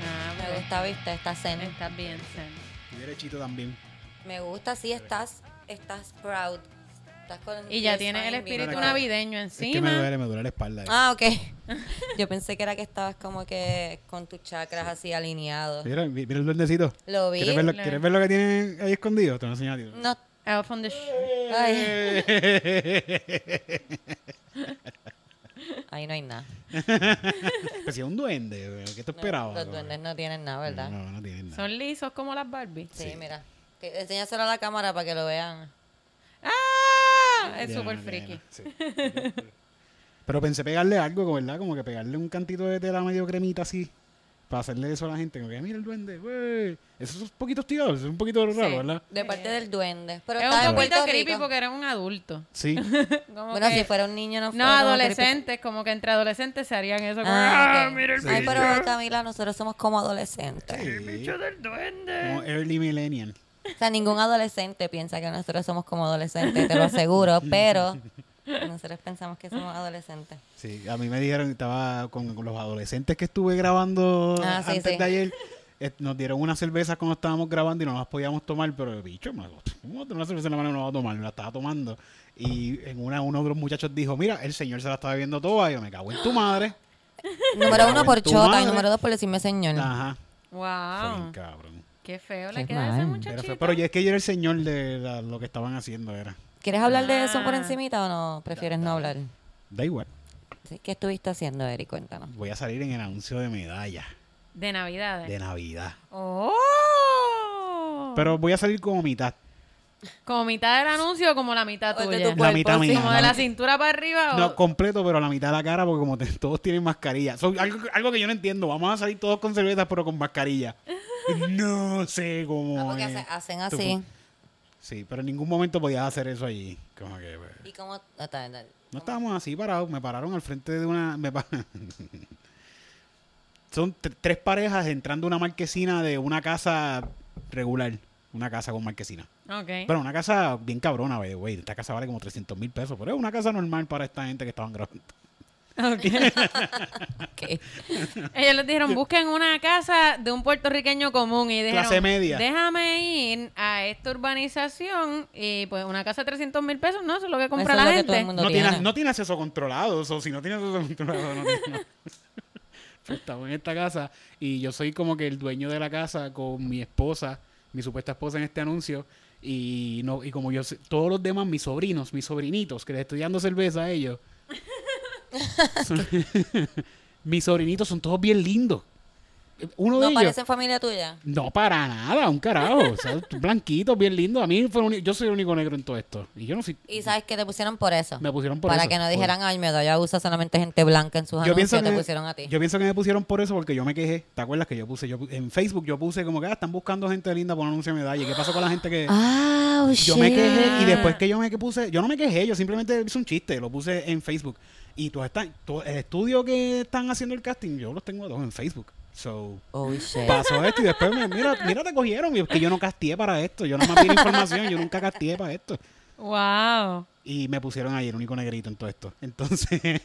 Ah, está, viste, está zen. Estás bien, Zen. Y derechito también. Me gusta, sí, estás, estás proud. Estás con Y ya your tiene el smile espíritu bien Mira acá. proud. navideño Es que me encima. duele, me duele la espalda. eh. Ah, ok. Yo pensé que era que estabas como que con tus chakras así alineados. Mira, mi- mira el duendecito. Lo vi. ¿Quieres ver lo, Le- quieres ver lo que tiene ahí escondido? Te lo enseño a ti. No. Out from the sh- Ay, ahí no hay nada. Parecía Pues un duende. güey. ¿Qué te No, esperaba? los güey? duendes no tienen nada, ¿verdad? No, no tienen nada. Son lisos como las Barbie. Sí, mira. Que- Enséñaselo a la cámara para que lo vean. ¡Ah! Es Ya, súper no friki. tienen nada, sí. Pero pensé pegarle algo, ¿verdad? Como que pegarle un cantito de tela medio cremita así. Para hacerle eso a la gente. Como que, mira el duende, güey. Eso es un poquito hostigado, eso es un poquito raro, Sí. ¿verdad? De parte del duende. Pero es está un en poquito Puerto creepy Rico. porque era un adulto. Sí. Como Bueno, que- si fuera un niño no no, fuera como creepy. adolescentes, como que entre adolescentes se harían eso. Como, Ah, ah, ok. mira el Ay, pero Camila, nosotros somos como adolescentes. Sí. bicho del duende. Como early millennial. O sea, ningún adolescente piensa que nosotros somos como adolescentes, te lo aseguro, pero nosotros pensamos que somos adolescentes. Sí, a mí me dijeron, estaba con, con los adolescentes que estuve grabando Ah, sí, antes sí. de ayer. eh, nos dieron una cerveza cuando estábamos grabando y no las podíamos tomar, pero bicho, me ¿cómo tener una cerveza en la mano y no la va a tomar? Me la estaba tomando. Y en una uno de los muchachos dijo, mira, el señor se la estaba viendo toda y yo me cago en Ah. tu madre. Número uno por Tu chota y madre. número dos por decirme señor. Ajá. Ah. Fue bien Wow. cabrón. Qué feo Qué le queda a ese mal. Pero, muchachito. fue- pero yo- es que yo era el señor de la- lo que estaban haciendo, era. ¿Quieres hablar de eso por Ah. encimita o no? ¿Prefieres no hablar? Da igual. Sí, ¿Qué estuviste haciendo, Eric? Cuéntanos. Voy a salir en el anuncio de medalla De Navidades. de Navidad. ¡Oh! Pero voy a salir como mitad. como mitad del anuncio o como la mitad O de tuya. tu La mitad cuerpo, sí. mía. Como la de la mitad. cintura para arriba o. Oh. No, completo, pero a la mitad de la cara, porque como te- todos tienen mascarilla. So, algo, algo que yo no entiendo. Vamos a salir todos con cervezas, pero con mascarilla. No sé cómo. Ah, porque es. hace- hacen Tú- así. Sí, pero en ningún momento podías hacer eso allí. Como que. pues, ¿Y cómo? ah, está, está. No estábamos así parados. Me pararon al frente de una. me pa- Son tre- tres parejas entrando a una marquesina de una casa regular. Una casa con marquesina. Ok. ¿Eh? Pero una casa bien cabrona, by the way. Esta casa vale como 300 mil pesos. Pero es una casa normal para esta gente que estaban grabando. Ok. Ah, Ok. Ellos les dijeron, busquen una casa de un puertorriqueño común. Y dijeron, Clase media. déjame ir a esta urbanización y pues una casa de 300 mil pesos, no, eso es lo que compra Eso es la lo que todo el gente. mundo- no, No tiene, tiene. no tiene acceso controlado. O si no tiene acceso controlado, no tiene. Pues estamos en esta casa y yo soy como que el dueño de la casa con mi esposa, mi supuesta esposa en este anuncio. Y no y como yo, sé- todos los demás, mis sobrinos, mis sobrinitos, que les estoy dando cerveza a ellos. son- mis sobrinitos son todos bien lindos. Uno de ¿No ellos. parecen familia tuya? No, para nada, un carajo. O sea, blanquito, bien lindo. A mí fue el uni- yo soy el único negro en todo esto. Y yo no soy. Y sabes que te pusieron por eso. Me pusieron por Para eso, que no por- dijeran, ay, me doy a usa solamente gente blanca en sus yo anuncios. pienso que te me- pusieron a ti. Yo pienso que me pusieron por eso porque yo me quejé. ¿Te acuerdas que yo puse? Yo, pu- en Facebook yo puse como que ah, están buscando gente linda por un anuncio de medalla. ¿Y ¿Qué pasó con la gente que.? Ah, oh, Yo me shit. quejé y después que yo me que puse, yo no me quejé, yo simplemente hice un chiste, lo puse en Facebook. Y todos están, todo el estudio que están haciendo el casting, yo los tengo a todos en Facebook. So, Oh, shit. pasó esto y después me, mira, mira, te cogieron. Y es que yo no casteé para esto, yo no me pido información, yo nunca casteé para esto. Wow. Y me pusieron ahí el único negrito en todo esto. Entonces, eh,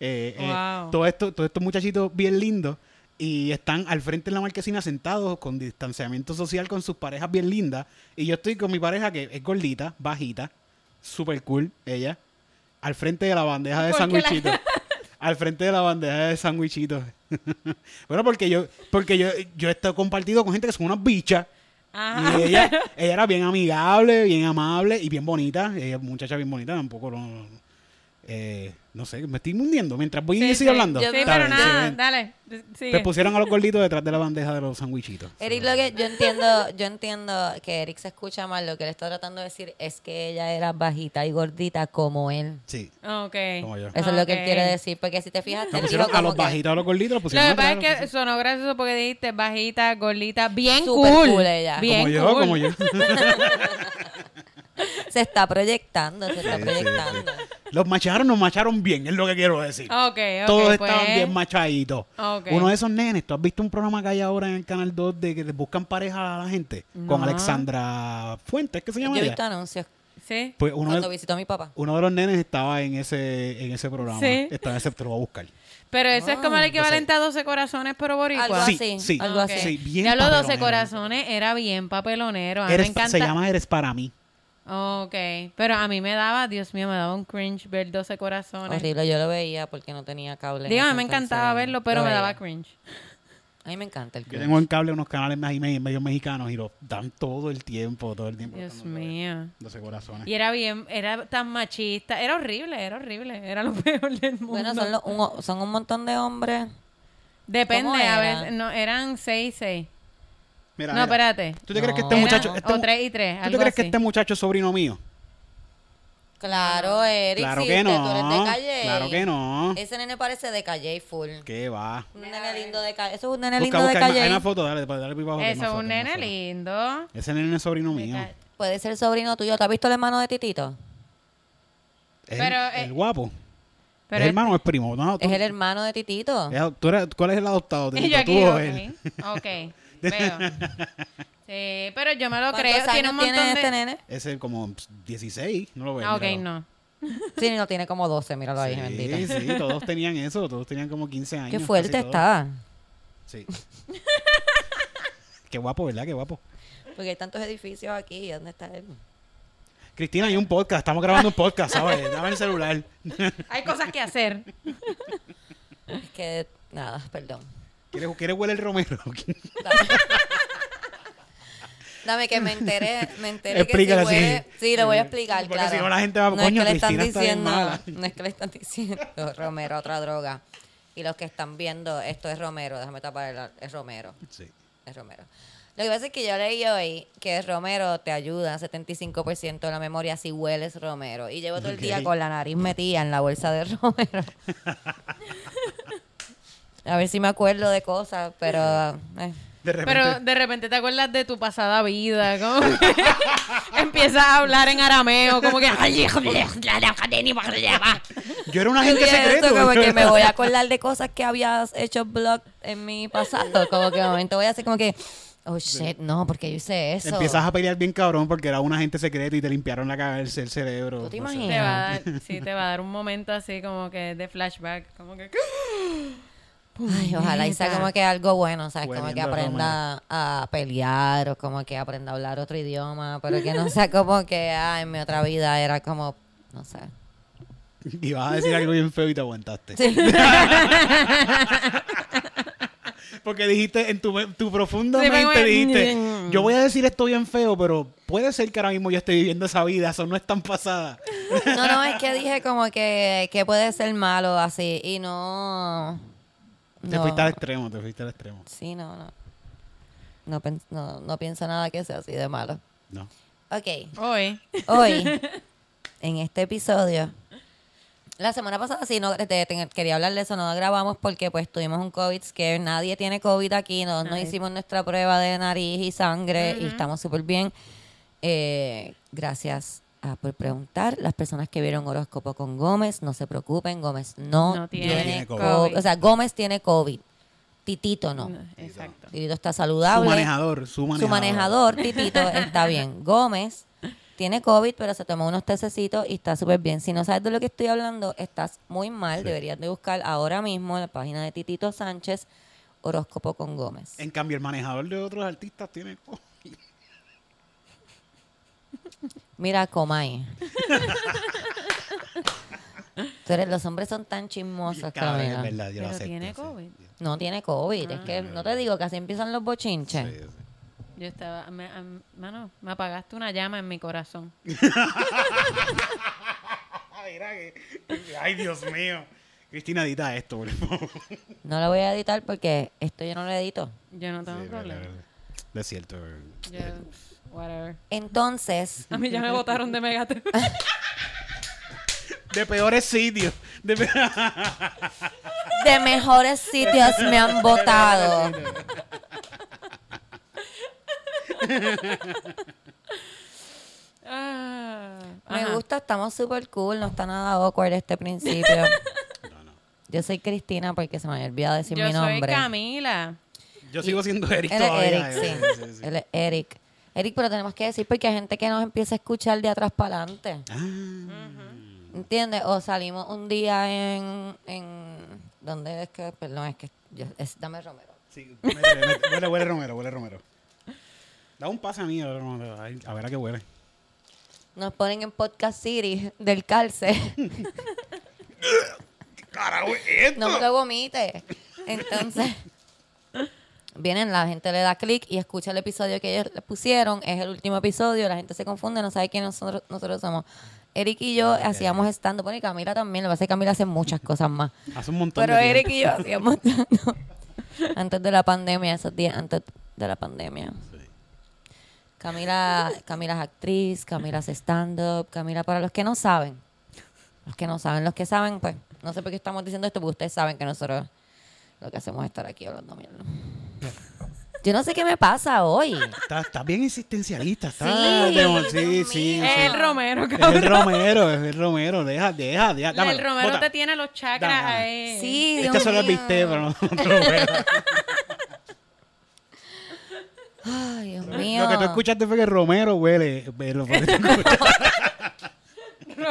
eh, Wow. todo esto, todos estos muchachitos bien lindos y están al frente de la marquesina sentados con distanciamiento social con sus parejas bien lindas. Y yo estoy con mi pareja que es gordita, bajita, super cool, ella, al frente de la bandeja de ¿Por qué la- sandwichitos. Al frente de la bandeja de sandwichitos. bueno, porque yo, porque yo, yo he estado compartido con gente que son unas bichas. Ajá. Y ella, ella era bien amigable, bien amable y bien bonita. Ella es muchacha bien bonita, tampoco no, no, eh, no sé, me estoy hundiendo mientras voy Sí, y sí. sigo hablando. Pues Sí, Está pero bien, está nada, bien. dale. Eh, sigue. Te pusieron a los gorditos detrás de la bandeja de los sandwichitos. Eric, lo que yo entiendo, yo entiendo que Eric se escucha mal. Lo que él está tratando de decir es que ella era bajita y gordita como él. Sí. Ok. Como yo. Eso es lo que él Ok. quiere decir, porque si te fijas, Lo él pusieron dijo a como los que bajitos, a los gorditos, los Lo pusieron que pasa atrás, los es que sonó gracioso porque dijiste bajita, gordita, bien Súper cool. cool ella. Bien pusieron- Como yo, cool. como yo. Se está proyectando, se está Sí, sí, proyectando. Los macharon, nos macharon bien, es lo que quiero decir. Ok, ok. Todos pues. estaban bien machaditos. Ok. Uno de esos nenes, ¿tú has visto un programa que hay ahora en el Canal 2 de que le buscan pareja a la gente? Con No. Alexandra Fuentes, ¿qué se Yo llama he ella? visto anuncios. Sí. Pues uno Cuando de, visitó a mi papá. uno de los nenes estaba en ese, en ese programa. Sí. Estaba ese, te lo voy a buscar. Pero eso es como el equivalente a 12 corazones, pero Ah. Algo boricua. Sí, así. sí. Ah, Algo Ok. así. Sí, bien Ah, ya los 12 papelonero. corazones era bien papelonero. A mí Eres- me encanta. se llama Eres para mí. Ok. Pero a mí me daba, Dios mío, me daba un cringe ver 12 corazones. Horrible, yo lo veía porque no tenía cable. en Digo, a mí ese me entonces, encantaba verlo, pero lo me veía. daba cringe. A mí me encanta el Yo cringe. tengo en cable unos canales más y medio, medio mexicanos y los dan todo el tiempo, todo el tiempo. Dios tratando de- mío. 12 corazones. Y era bien, era tan machista. Era horrible, era horrible. Era lo peor del mundo. Bueno, son, los- un, son un montón de hombres. ¿Cómo Depende, a era? veces. No, eran 6 6. Mira, No, mira, espérate. ¿Tú te crees que No. este Era- muchacho... este o mu- 3 y 3, ¿Tú algo te crees así. que este muchacho es sobrino mío? Claro, Eric. Claro sí, que usted, Tú eres no. de calle. Claro que no. Ese nene parece de calle y full. ¿Qué va? Un nene lindo de calle. Eso es un nene Busca, lindo busca, de hay, una, calle. hay una foto, dale, dale, dale, para abajo, que hay Eso una es foto, un hay nene una foto. lindo. Ese nene es sobrino mío. ca- Puede ser sobrino tuyo. ¿Te has visto el hermano de Titito? Es Pero, el, eh, el guapo. pero ¿Es este- hermano o es primo? No, tú- Es el hermano de Titito. es- tú eres- ¿Cuál es el Y adoptado? Tito, yo ¿Tú aquí, o ok, él? ok, veo. Sí, pero yo me lo ¿Cuántos creo. años Tiene un montón tiene este de... nene? Ese es como ps, 16, no lo veo. Ah, ok, míralo. no. Sí, no, tiene como 12, míralo ahí, bendito. Sí, sí, todos tenían eso, todos tenían como 15 años. Qué casi fuerte todos. está. Sí. Qué guapo, ¿verdad? Qué guapo. Porque hay tantos edificios aquí. ¿Dónde está él? Cristina, hay un podcast, estamos grabando un podcast, ¿sabes? Dame el celular. Hay cosas que hacer. Es que, nada, perdón. ¿Quieres, ¿quieres huele el romero? Dame. Dame que me enteré, me enteré Explícale que si huele- así. Sí, lo voy a explicar, Porque claro. si no, la gente va, no "Coño, es que le están Cristina está bien diciendo, mala". No es que le están diciendo Romero, otra droga. Y los que están viendo, esto es Romero, déjame tapar el, es Romero, sí. es Romero. Lo que pasa es que yo leí hoy que Romero te ayuda 75% de la memoria si hueles Romero. Y llevo todo el día Ok. con la nariz metida en la bolsa de Romero. A ver si me acuerdo de cosas, pero... eh. De repente. Pero de repente te acuerdas de tu pasada vida. Como que empiezas a hablar en arameo. Como que... Yo era un agente Tuviera secreto. esto, como que me voy a acordar de cosas que habías hecho blog en mi pasado. Como que de momento voy a hacer como que, oh shit, no, porque yo hice eso. Empiezas a pelear bien cabrón porque era un agente secreto y te limpiaron la cabeza, el cerebro. ¿Tú te no sé. imaginas? Te va a dar, sí, te va a dar un momento así como que de flashback. Como que... Ay, ojalá y sea como que algo bueno, ¿sabes? Huele Como que bien de aprenda a pelear o como que aprenda a hablar otro idioma, pero que no sea como que, ah, en mi otra vida era como, no sé. Y vas a decir algo bien feo y te aguantaste. Sí. Porque dijiste, en tu, me- tu profunda Sí, mente pero- dijiste, yo voy a decir esto bien feo, pero puede ser que ahora mismo yo esté viviendo esa vida, eso no es tan pasada. No, no, es que dije como que, que puede ser malo así y no... Te no. fuiste al extremo, te fuiste al extremo. Sí, no, no. No, pen- no, no pienso nada que sea así de malo. No. Ok, Hoy. hoy, en este episodio, la semana pasada sí, no, te- te- quería hablar de eso, no grabamos porque pues tuvimos un COVID que nadie tiene COVID aquí, no, no Ay. hicimos nuestra prueba de nariz y sangre y estamos súper bien. Eh, gracias ah, por preguntar. Las personas que vieron horóscopo con Gómez, no se preocupen, Gómez no, No tiene tiene, COVID. COVID. O sea, Gómez tiene COVID, Titito no. Exacto. Titito está Su saludable. manejador, su manejador. Su manejador, Titito, está bien. Gómez tiene COVID, pero se tomó unos tececitos y está súper bien. Si no sabes de lo que estoy hablando, estás muy mal. Deberías de buscar ahora mismo en la página de Titito Sánchez horóscopo con Gómez. En cambio, el manejador de otros artistas tiene... Mira, Comay. Tú eres- los hombres son tan chismosos, Cabrón, es Carolina. verdad, Ah, yo lo Pero acepto, tiene sí. COVID. No tiene COVID. Es que no te digo que así empiezan los bochinches. Sí, sí. Yo estaba... me- am- mano, me apagaste una llama en mi corazón. Ay, mira que- ay, Dios mío. Cristina, edita esto, por favor. No lo voy a editar porque esto yo no lo edito. Yo no tengo Sí, problema. no es cierto. Yo, whatever. Entonces, A mí ya me votaron de Megatron. De peores sitios. De pe- de mejores sitios me han votado. Ah, Me ajá. gusta, estamos súper cool, no está nada awkward este principio. No, no. Yo soy Cristina porque se me había olvidado decir Yo mi soy nombre. Camila. Yo sigo siendo Eric Él es todavía. Eric, sí. sí, sí. Él es Eric. Eric, pero tenemos que decir porque hay gente que nos empieza a escuchar de atrás para adelante. Ah. ¿Entiendes? O salimos un día en, en... ¿Dónde es que? Perdón, es que... yo- es- dame Romero. Sí, métele, métele. huele, huele Romero, huele Romero. Da un pase a mí, a ver, Romero, ay, a ver a qué huele. Nos ponen en Podcast City del calce. ¡Carajo, esto! no te vomites. Entonces, vienen, la gente le da clic y escucha el episodio que ellos le pusieron. Es el último episodio, la gente se confunde, no sabe quién nosotros, nosotros somos. Eric y yo hacíamos estando, bueno, y Camila también, lo que pasa es que Camila hace muchas cosas más. Hace un montón Pero de Eric tiempo. y yo hacíamos tanto. Antes de la pandemia, esos días antes de la pandemia. Camila, Camila es actriz, Camila hace stand-up, Camila, para los que no saben, los que no saben, los que saben, pues, no sé por qué estamos diciendo esto, porque ustedes saben que nosotros lo que hacemos es estar aquí hablando mierda. Yo no sé qué me pasa hoy. Está, está bien existencialista. Está Sí, de- Dios sí, sí, mío. sí. El Romero, Es el cabrón. Romero, es el Romero. Deja, deja, deja. El, dámelo, Romero bota. te tiene los chakras Dame, dame. ahí. Sí, Dios Este solo es mío. bistec, pero no Romero. Ay, Dios mío. Lo que tú escuchaste fue que Romero huele. eh, lo- Para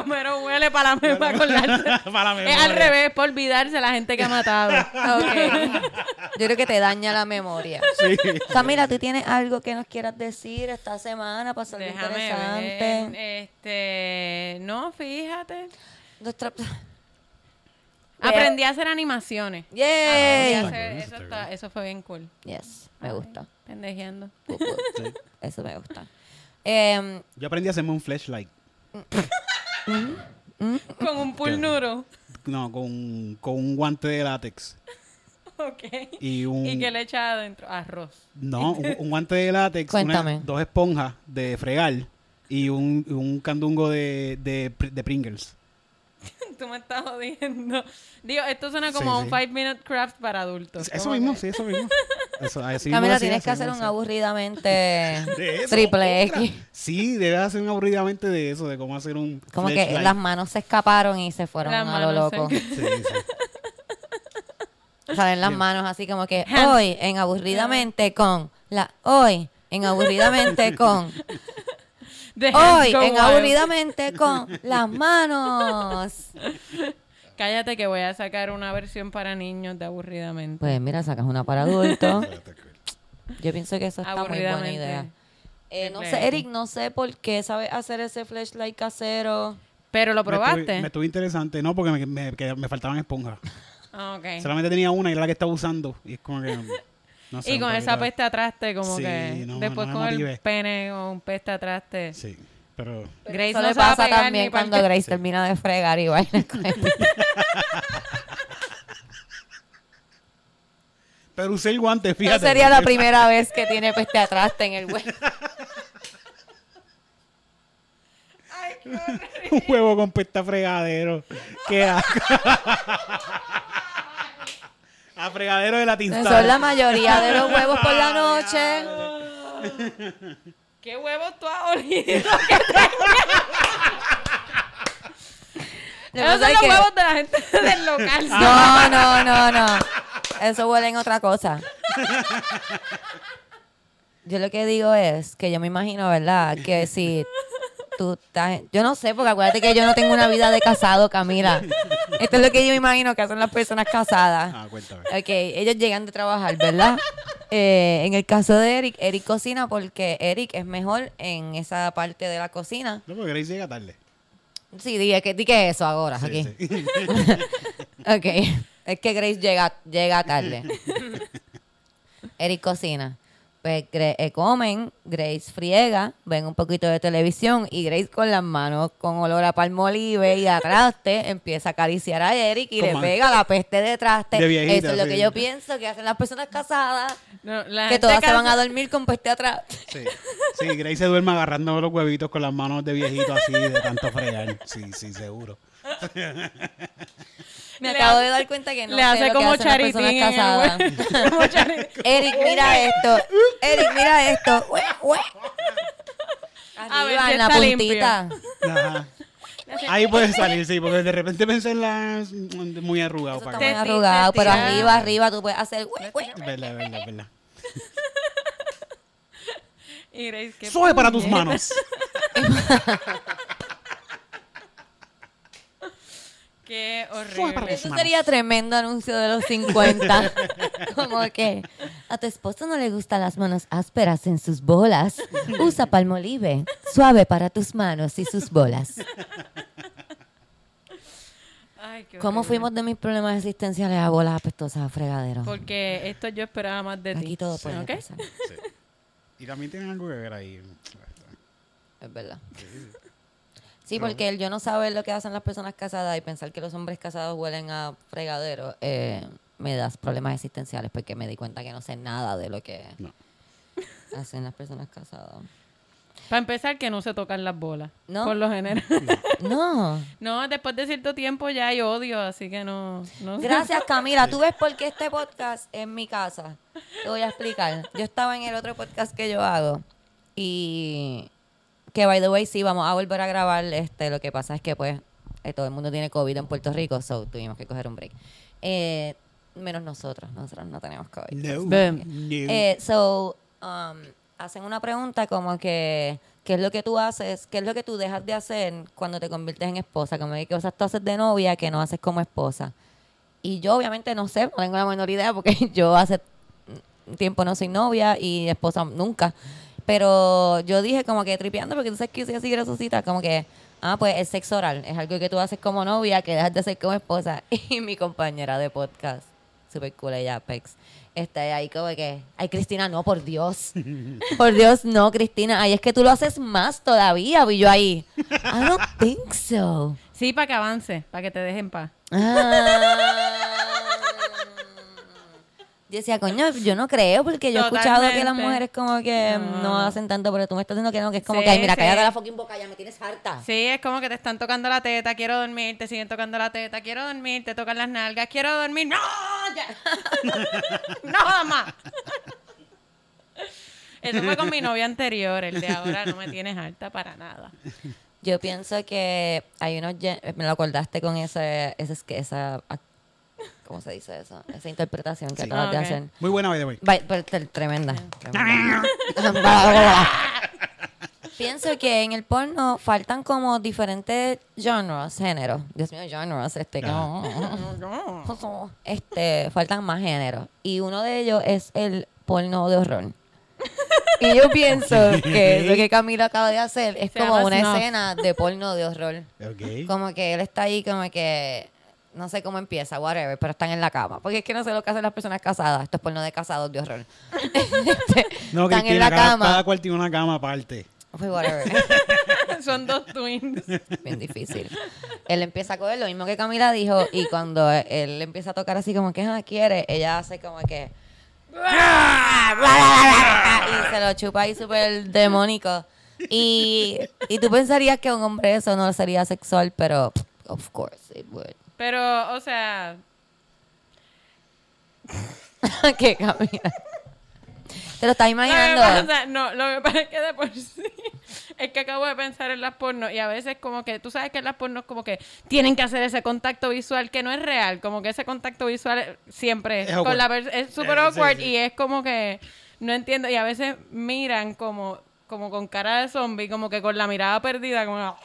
Romero huele para la misma acordarse. la Es al memoria. revés, por olvidarse la gente que ha matado. Ok. Yo creo que te daña la memoria. Camila, ¿tú tienes algo que nos quieras decir esta semana? Pasó algo Déjame interesante. ver. Este, no, fíjate. Ah, Nuestra- Aprendí a hacer animaciones. ¡Yay! Aprendí a Está hacer- cool, eso, está está- eso fue bien cool. Yes, me gusta. Pendejeando. Bu- bu- Eso me gusta. Em, Yo aprendí a hacerme un flashlight. Con un pulnuro. No, con, con un guante de látex. Ok. Y un. ¿Y qué le echaba adentro? Arroz. No, un, un guante de látex, una- Cuéntame. dos esponjas de fregar y un, un candungo de, de, pr- de Pringles. Tú me estás jodiendo. Digo, esto suena como Sí, a un sí. 5 Minute Craft para adultos. Eso Como mismo, que- sí, eso mismo. Eso, así mismo Camila, así, tienes así que hacer mismo, un sí. aburridamente De eso, triple otra. X. Sí, debes hacer un aburridamente de eso, de cómo hacer un. Como que flashlight. las manos se escaparon y se fueron Las a lo manos se- loco. Sí, sí. Salen las Bien. manos así como que Hands. hoy en aburridamente con la hoy en aburridamente con The hands hoy go en wild. aburridamente con las manos. Cállate que voy a sacar una versión para niños de aburridamente. Pues mira, sacas una para adultos. Yo pienso que eso está muy buena Aburridamente. idea. Eh, no Perfecto. sé, Eric, no sé por qué sabes hacer ese flashlight casero. Pero lo Me estuvo, probaste. me estuvo interesante, no, porque me, me- que me faltaban esponjas. Ah, ok. Solamente tenía una y era la que estaba usando. Y es como que. No sé, y un con esa poquito- peste atraste, como Sí, que no, después no me con el motivé. pene o un peste atraste. Sí, pero. Grace Eso no le se va a pasa pegar también ni pa'l cuando que- Grace termina de fregar y vaina. con el- Pero usé el guante, No fíjate. sería la primera vez que tiene peste atraste en el huevo. un huevo con pesta fregadero. Qué asco. A fregadero de la tinta. Son la mayoría de los huevos por la noche. ¿Qué huevos tú has olido? Lo que Esos pasa es son los que- huevos de la gente del local. No, no, no, no. Eso huele en otra cosa. Yo lo que digo es que yo me imagino, ¿verdad? Que si tú estás... en- Yo no sé, porque acuérdate que yo no tengo una vida de casado, Camila. Esto es lo que yo me imagino que hacen las personas casadas. Ah, cuéntame. Ok, ellos llegan de trabajar, ¿verdad? Eh, en el caso de Eric, Eric cocina porque Eric es mejor en esa parte de la cocina. No, porque Grace llega tarde. Sí, di que, di que eso ahora, Sí, aquí. sí. Ok, es que Grace llega, llega tarde. Eric cocina. Pues Gra- eh, comen, Grace friega, ven un poquito de televisión y Grace con las manos con olor a palmolive y a traste empieza a acariciar a Eric y Con le man- pega la peste de traste. De viejita, Eso es lo sí. que yo pienso que hacen las personas casadas, No, la que gente todas se casa- van a dormir con peste atrás. Sí. Sí, Grace se duerme agarrando los huevitos con las manos de viejito así de tanto fregar. Sí, sí, seguro. Me Le acabo hace- de dar cuenta que no le sé hace lo que como hacen las charitín personas en el casadas. huevo. Como charitín. Eric, mira esto. Eric, mira esto. Ue, ue. Arriba, A ver si en la está puntita. Ajá. Ahí puede salir, sí, porque de repente pensé en las mm, muy arrugado Eso para está acá. muy Te- arrugado, te pero tira. arriba, arriba tú puedes hacer. ue, ue. Verdad, verdad, verdad. Y Grace, ¿qué Soy para tus puñeta? manos. Qué Soy para horrible. tus Eso manos. sería tremendo anuncio de los 50. Como que a tu esposo no le gustan las manos ásperas en sus bolas. Usa palmolive, suave para tus manos y sus bolas. Ay, qué ¿Cómo horrible. fuimos de mis problemas existenciales a bolas apestosas a fregadero? Porque esto yo esperaba más de ti. Aquí todo puede ¿Ok? pasar. Sí. Y también tienen algo que ver ahí. Es verdad. Sí, porque el yo no saber lo que hacen las personas casadas y pensar que los hombres casados huelen a fregadero eh, me das problemas existenciales porque me di cuenta que no sé nada de lo que No. hacen las personas casadas. Para empezar, que no se tocan las bolas. No. Por lo general. No. No, después de cierto tiempo ya hay odio, así que no. no sé. Gracias, Camila. Tú ves por qué este podcast es mi casa. Te voy a explicar. Yo estaba en el otro podcast que yo hago y que, by the way, sí, vamos a volver a grabar. Este, lo que pasa es que, pues, eh, todo el mundo tiene COVID en Puerto Rico, so tuvimos que coger un break. Eh, menos nosotros. Nosotros no tenemos COVID. Ven. Eh, so, um, hacen una pregunta como que, ¿qué es lo que tú haces? ¿Qué es lo que tú dejas de hacer cuando te conviertes en esposa? Como que, ¿Qué cosas tú haces de novia que no haces como esposa? Y yo obviamente no sé, no tengo la menor idea porque yo hace tiempo no soy novia y esposa nunca. Pero yo dije como que tripeando porque tú sabes que yo soy así grasosita, como que, ah, pues el sexo oral es algo que tú haces como novia que dejas de hacer como esposa. Y mi compañera de podcast, super cool ella, Pex, está ahí como que, ay Cristina, no, por Dios. Por Dios, no, Cristina. Ay, es que tú lo haces más todavía, vi yo ahí. I don't think so. Sí, para que avance, para que te dejen paz. Ah. Yo decía, coño, yo no creo, porque yo he escuchado que las Totalmente. mujeres como que no. No. hacen tanto, pero tú me estás diciendo que no, que es como Sí, que, ay, mira, sí. cállate la fucking boca, ya me tienes harta. Sí, es como que te están tocando la teta, quiero dormir, te siguen tocando la teta, quiero dormir, te tocan las nalgas, quiero dormir. ¡No! ¡Ya! ¡No, más! Eso fue con mi novio anterior, el de ahora no me tienes alta para nada. Yo pienso que hay unos, gen- me lo acordaste con ese, ese es que esa, ac- ¿cómo se dice eso? Esa interpretación que Sí. acabas de Ah, ok. hacer. Muy buena, by the way. Va- pues, pero te- tremenda. tremenda. Pienso que en el porno faltan como diferentes genres, géneros. Dios mío, genres, este, como- este, faltan más géneros. Y uno de ellos es el porno de horror. Y yo pienso que lo que Camila acaba de hacer es Se como llama una snuff. escena de porno de horror. Ok. Como que él está ahí, como que no sé cómo empieza, whatever, pero están en la cama. Porque es que no sé lo que hacen las personas casadas. Esto es porno de casados de horror. Este, No, están en la Cristina, cada, cama. cada cual tiene una cama aparte. Pues whatever. Son dos twins. Bien difícil. Él empieza a coger lo mismo que Camila dijo y cuando él empieza a tocar así como que "Ah, quiere, ella hace como que... Y se lo chupa ahí súper demónico. Y, y tú pensarías que un hombre eso no sería sexual, pero pff, of course it would. Pero, o sea, que Camila. Te lo estás imaginando. Lo que pasa- no, lo que pasa es que de por sí es que acabo de pensar en las pornos y a veces como que tú sabes que en las pornos como que tienen que hacer ese contacto visual que no es real, como que ese contacto visual eh, siempre Es es con awkward. la pers- es súper Eh, sí, awkward sí. y es como que no entiendo y a veces miran como como con cara de zombie, como que con la mirada perdida, como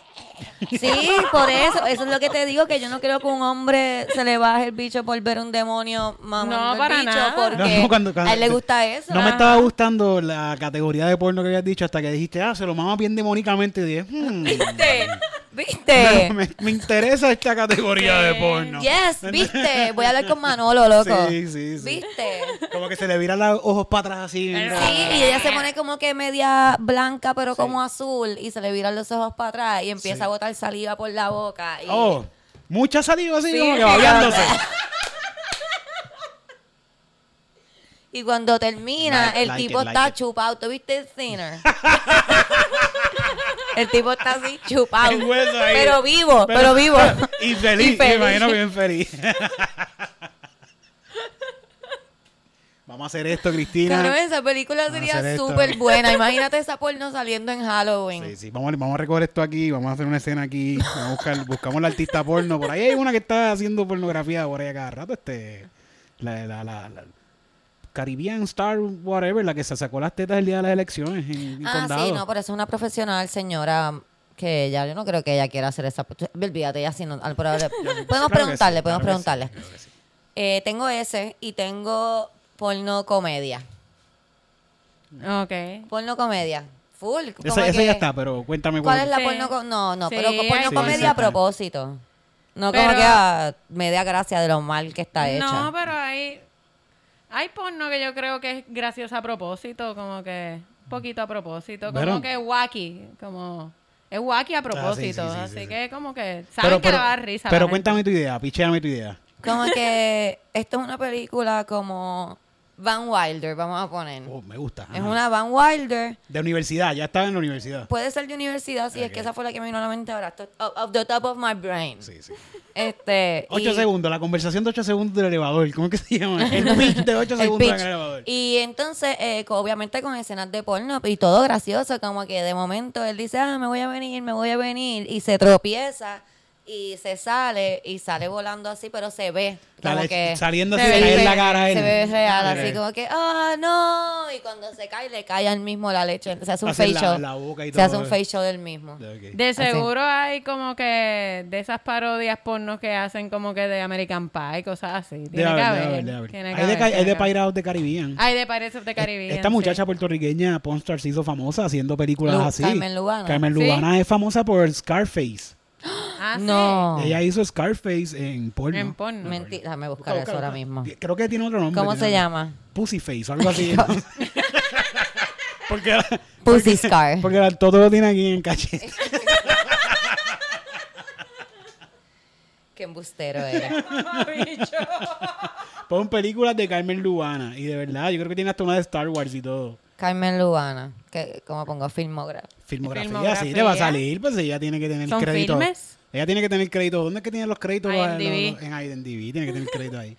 Sí, por eso. Eso es lo que te digo, que yo no creo que un hombre se le baje el bicho por ver un demonio mamando No, el para bicho nada. porque No, no, cuando- cuando- a él le gusta eso. No me Ajá. estaba gustando la categoría de porno que habías dicho hasta que dijiste, ah, se lo mama bien demónicamente. Y dije, hmm, ¿Viste? ¿Viste? pero me, me interesa esta categoría de porno. Yes, ¿viste? Voy a hablar con Manolo, loco. Sí, sí, sí. ¿Viste? Como que se le viran los ojos para atrás así. Sí, y ella se pone como que media blanca, pero como azul, y se le viran los ojos para atrás y empieza Sí. a botar saliva por la boca. y- Oh, mucha saliva así Sí, como que sí, babeándose. Y cuando termina, Like- el like tipo it, like está it. chupado. ¿Tú viste el Sinner? el tipo está así chupado. El hueso ahí. Pero vivo, pero, vivo. Y feliz, Y feliz. me imagino bien feliz. Vamos a hacer esto, Claro, Cristina. esa película hacer sería esto. súper buena. Imagínate esa porno saliendo en Halloween. Sí, sí, vamos, a- vamos a recoger esto aquí, vamos a hacer una escena aquí, vamos a buscar, buscamos la artista porno, por ahí hay una que está haciendo pornografía por ahí a cada rato, este, la, la, la, la- Caribbean Star, whatever, la que se sacó las tetas el día de las elecciones en, en Ah, condado. sí, no, pero eso es una profesional, señora, que ella, yo no creo que ella quiera hacer esa... Olvídate, ella sí, no, al probable- Podemos Claro que sí, preguntarle, claro podemos que preguntarle. sí, claro que sí. Eh, tengo ese y tengo porno comedia. Ok. Porno comedia. Full. como Esa, esa que- ya está, pero cuéntame ¿Cuál es la Sí. porno co- No, no, Sí, pero co- porno hay comedia cosas. a propósito. No como Pero- que ah, me da gracia de lo mal que está hecha. No, pero hay. Hay porno que yo creo que es gracioso a propósito, como que. Un poquito a propósito. Como Bueno. Ah, que wacky. Como. Es wacky a propósito. sí, sí, así sí, que como que. Saben Pero, que le pero, va a dar risa. a la pero gente. cuéntame tu idea, pichéame tu idea. Como que esto es una película como Van Wilder, vamos a poner. Oh, me gusta. es ajá. una Van Wilder. De universidad, ya estaba en la universidad. Puede ser de universidad, si es que esa fue la que me vino a la mente ahora. Esto- Of, of the top of my brain. Sí, sí. Este. Ocho y- segundos, la conversación de ocho segundos del elevador. ¿Cómo que se llama? El pitch de ocho el segundos en pitch. el elevador. Y entonces, eh, co- obviamente con escenas de porno y todo gracioso, como que de momento él dice, ah, me voy a venir, me voy a venir, y se tropieza y se sale y sale volando así, pero se ve como Dale, que saliendo se así ve de caer real, la cara a él. se ve real, Ah, así eh, como que, ah, no, y cuando se cae le cae al mismo la leche, se hace un Hace face la- show, la boca y se hace todo. un face show del mismo. ok. De Así. seguro hay como que de esas parodias porno que hacen como que de American Pie, cosas así. Tiene Debe que haber, debe haber. haber, debe haber. tiene que Hay de haber, tiene ca- Hay de que haber. Pirates de Caribbean. Hay de Pirates of the Caribbean. Esta muchacha sí. puertorriqueña, Pornstar, se hizo famosa haciendo películas Lu- así. Carmen Lubana. Carmen Sí. Lubana es famosa por Scarface. Ah, sí. No, Ella hizo Scarface en porno. En porno. mentira, déjame Busca, buscar busca, eso ahora busca. mismo. Creo que tiene otro nombre. ¿Cómo se tiene- llama? Pussyface o algo así. porque, Pussy Scar. porque la- todo lo tiene aquí en caché. Qué embustero era. Pon películas de Carmen Lubana. Y de verdad, yo creo que tiene hasta una de Star Wars y todo. Carmen Lubana, que como pongo filmógrafo. Filmografía, Filmografía. sí, le va a salir, pues ella tiene que tener ¿Son crédito. filmes? Ella tiene que tener crédito. ¿Dónde es que tienen los créditos? Los- los- IMDb. los- en IMDb, tiene que tener crédito ahí.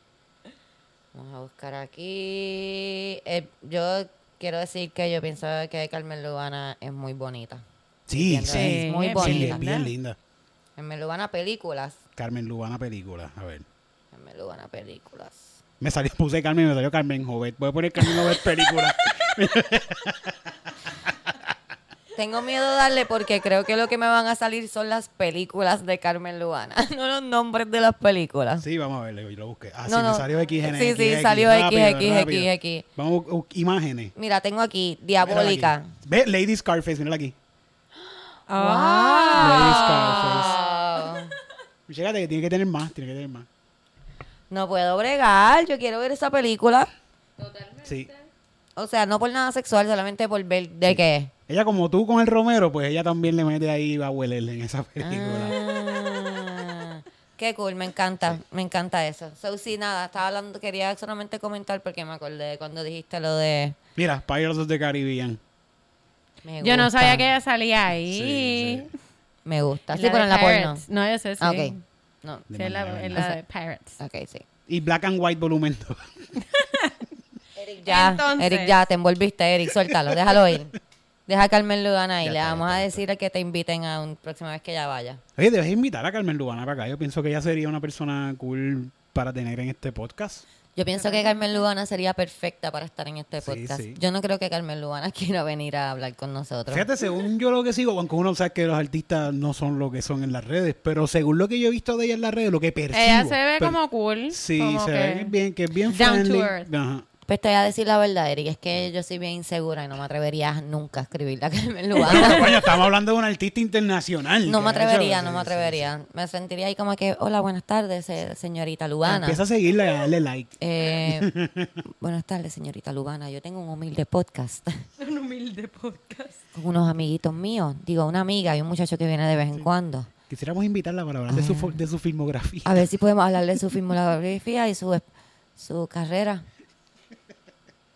Vamos a buscar aquí. Eh, yo quiero decir que yo pienso que Carmen Lubana es muy bonita. Sí, sí. Entiendo, sí. es muy es bonita. es bien linda. Carmen Lubana películas. Carmen Lubana película. A ver. Carmen Lubana películas. Me salió, puse Carmen, me salió Carmen Jovet. Voy a poner Carmen Jovet película. Tengo miedo de darle porque creo que lo que me van a salir son las películas de Carmen Lubana, no los nombres de las películas. Sí, vamos a verlo. Yo lo busqué. Ah, No, sí, no. me salió XN. Sí, sí, salió XXX. Vamos, uh, imágenes. Mira, tengo aquí Mírala aquí. Diabólica. Ve, Lady Scarface, mírala aquí. Ah. Lady Scarface. Wow. Fíjate que tiene que tener más, tiene que tener más. No puedo bregar, yo quiero ver esa película. Sí. O sea, no por nada sexual, solamente por ver de qué. Ella como tú con el Romero, pues ella también le mete ahí va a huelerle en esa película. Ah, qué cool, me encanta, me encanta eso. So, sí, nada, estaba hablando, quería solamente comentar porque me acordé de cuando dijiste lo de... Mira, Pirates of the Caribbean. me Yo no gusta, sabía que ella salía ahí. Sí, sí. Me gusta, sí, de pero en la porno. Pirates. No, yo sé, sí. Ah, ok. No, Sí, es la, es la de Pirates. ok, sí. Y Black and White Volumen 2. Eric ya, Entonces- Eric ya, te envolviste, Eric, suéltalo, déjalo ir. Deja a Carmen Lugana y Ya le está, ya vamos a está, ya decir que te inviten a un próxima vez que ella vaya. Oye, debes invitar a Carmen Lubana para acá. Yo pienso que ella sería una persona cool para tener en este podcast. Yo pienso que Carmen Lugana sería perfecta para estar en este Sí, podcast. sí. Yo no creo que Carmen Lugana quiera venir a hablar con nosotros. Fíjate, según yo lo que sigo, aunque uno sabe que los artistas no son lo que son en las redes, pero según lo que yo he visto de ella en las redes, lo que percibo. Ella Eh, se ve per- como cool. Sí, como que- se ve bien, que es bien Down to friendly. earth. Ajá. Pues te voy a decir la verdad, Eric, es que yo soy bien insegura y no me atrevería nunca a escribirle a Carmen Lugana. Coño, estamos hablando de un artista internacional. No me que ha hecho- atrevería, no sí, me sí, atrevería. Me sentiría ahí como que, hola, buenas tardes, eh, señorita sí. Lugana. Empieza a seguirla y a darle like. Eh, buenas tardes, señorita Lugana. Yo tengo un humilde podcast Un humilde podcast. con unos amiguitos míos. Digo, una amiga y un muchacho que viene de vez en cuando. Quisiéramos invitarla para hablar de Ah. su, fo- de su filmografía. A ver si podemos hablarle de su filmografía y su, su carrera.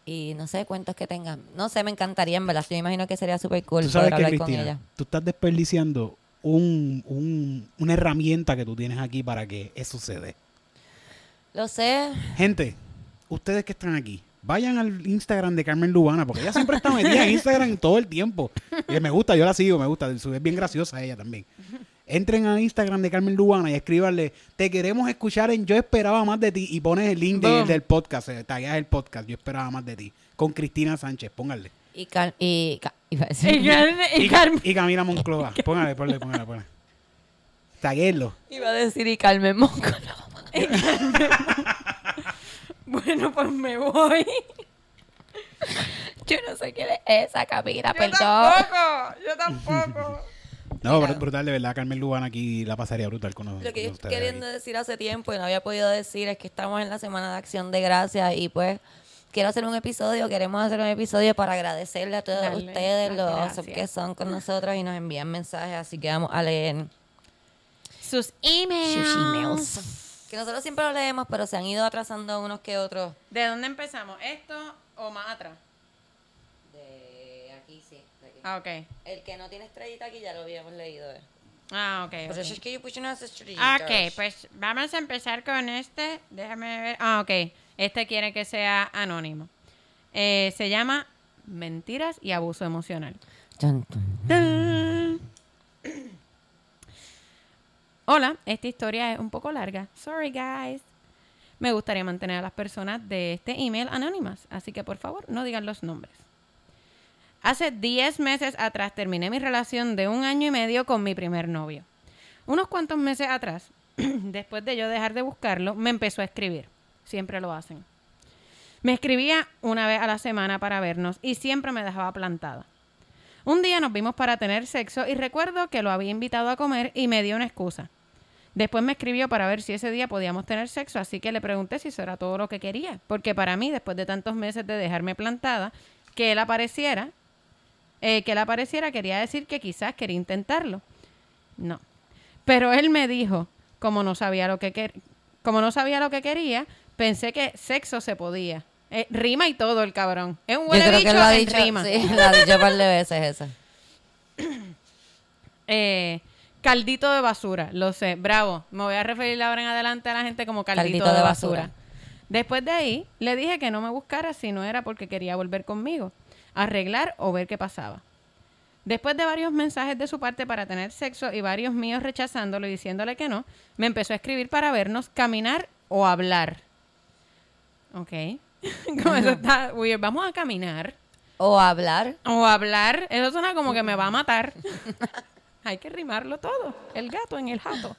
Y no sé cuentos que tenga. No sé, me encantaría, en verdad. Yo imagino que sería súper cool Tú sabes poder que, hablar con Cristina, ella. tú estás desperdiciando un, un- una herramienta que tú tienes aquí para que eso se dé. Lo sé. Gente, ustedes que están aquí, vayan al Instagram de Carmen Lubana, porque ella siempre está metida en Instagram todo el tiempo. Y me gusta, yo la sigo, me gusta. Es bien graciosa ella también. entren a Instagram de Carmen Lubana y escríbanle, te queremos escuchar en Yo Esperaba Más de Ti y pones el link de- Boom. del podcast, eh, tagueas el podcast, Yo Esperaba Más de Ti, con Cristina Sánchez, pónganle. Y, Car- y, Ca- iba a decir- Y Carmen. Y Carmen. Y Camila Moncloa, póngale, ponle, póngale, póngale. Taguenlo. iba a decir y Carmen Monclova. Bueno, pues me voy. Yo no sé quién es esa Camila, Yo perdón. tampoco. Yo tampoco. No, br- brutal, de verdad, Carmen Lubana aquí la pasaría brutal con nosotros. Lo que yo con estoy ustedes queriendo aquí. decir hace tiempo y no había podido decir es que estamos en la Semana de Acción de Gracias y pues quiero hacer un episodio, queremos hacer un episodio para agradecerle a todos Darle ustedes las los gracias. que son con nosotros y nos envían mensajes, así que vamos a leer Sus emails. sus emails. Que nosotros siempre lo leemos, pero se han ido atrasando unos que otros. ¿De dónde empezamos? ¿Esto o más atrás? De aquí, sí. de aquí. Ah, ok. El que no tiene estrellita aquí ya lo habíamos leído. eh. Ah, ok. Por ok. eso es que yo puse unas estrellitas. Ok, pues vamos a empezar con este. Déjame ver. Ah, ok. Este quiere que sea anónimo. Eh, se llama Mentiras y Abuso Emocional. Chan, chan. ¡Tan! Hola, esta historia es un poco larga. Sorry, guys. Me gustaría mantener a las personas de este email anónimas, así que por favor no digan los nombres. Hace 10 meses atrás terminé mi relación de un año y medio con mi primer novio. Unos cuantos meses atrás, después de yo dejar de buscarlo, me empezó a escribir. Siempre lo hacen. Me escribía una vez a la semana para vernos y siempre me dejaba plantada. Un día nos vimos para tener sexo y recuerdo que lo había invitado a comer y me dio una excusa. Después me escribió para ver si ese día podíamos tener sexo, así que le pregunté si eso era todo lo que quería, porque para mí, después de tantos meses de dejarme plantada, que él apareciera, eh, que él apareciera quería decir que quizás quería intentarlo. No. Pero él me dijo, como no sabía lo que quer- como no sabía lo que quería, pensé que sexo se podía. Eh, rima y todo el cabrón. Es un Yo buen creo bicho que lo ha en dicho, rima. sí, lo ha dicho un par de veces eso. Eh, caldito de basura, lo sé, bravo. Me voy a referir ahora en adelante a la gente como caldito, Caldito de, de basura. basura. Después de ahí, le dije que no me buscara si no era porque quería volver conmigo, arreglar o ver qué pasaba. Después de varios mensajes de su parte para tener sexo y varios míos rechazándolo y diciéndole que no, me empezó a escribir para vernos, caminar o hablar. Ok. como eso está weird. Vamos a caminar O hablar. o hablar. Eso suena como que me va a matar. Hay que rimarlo todo. El gato en el jato.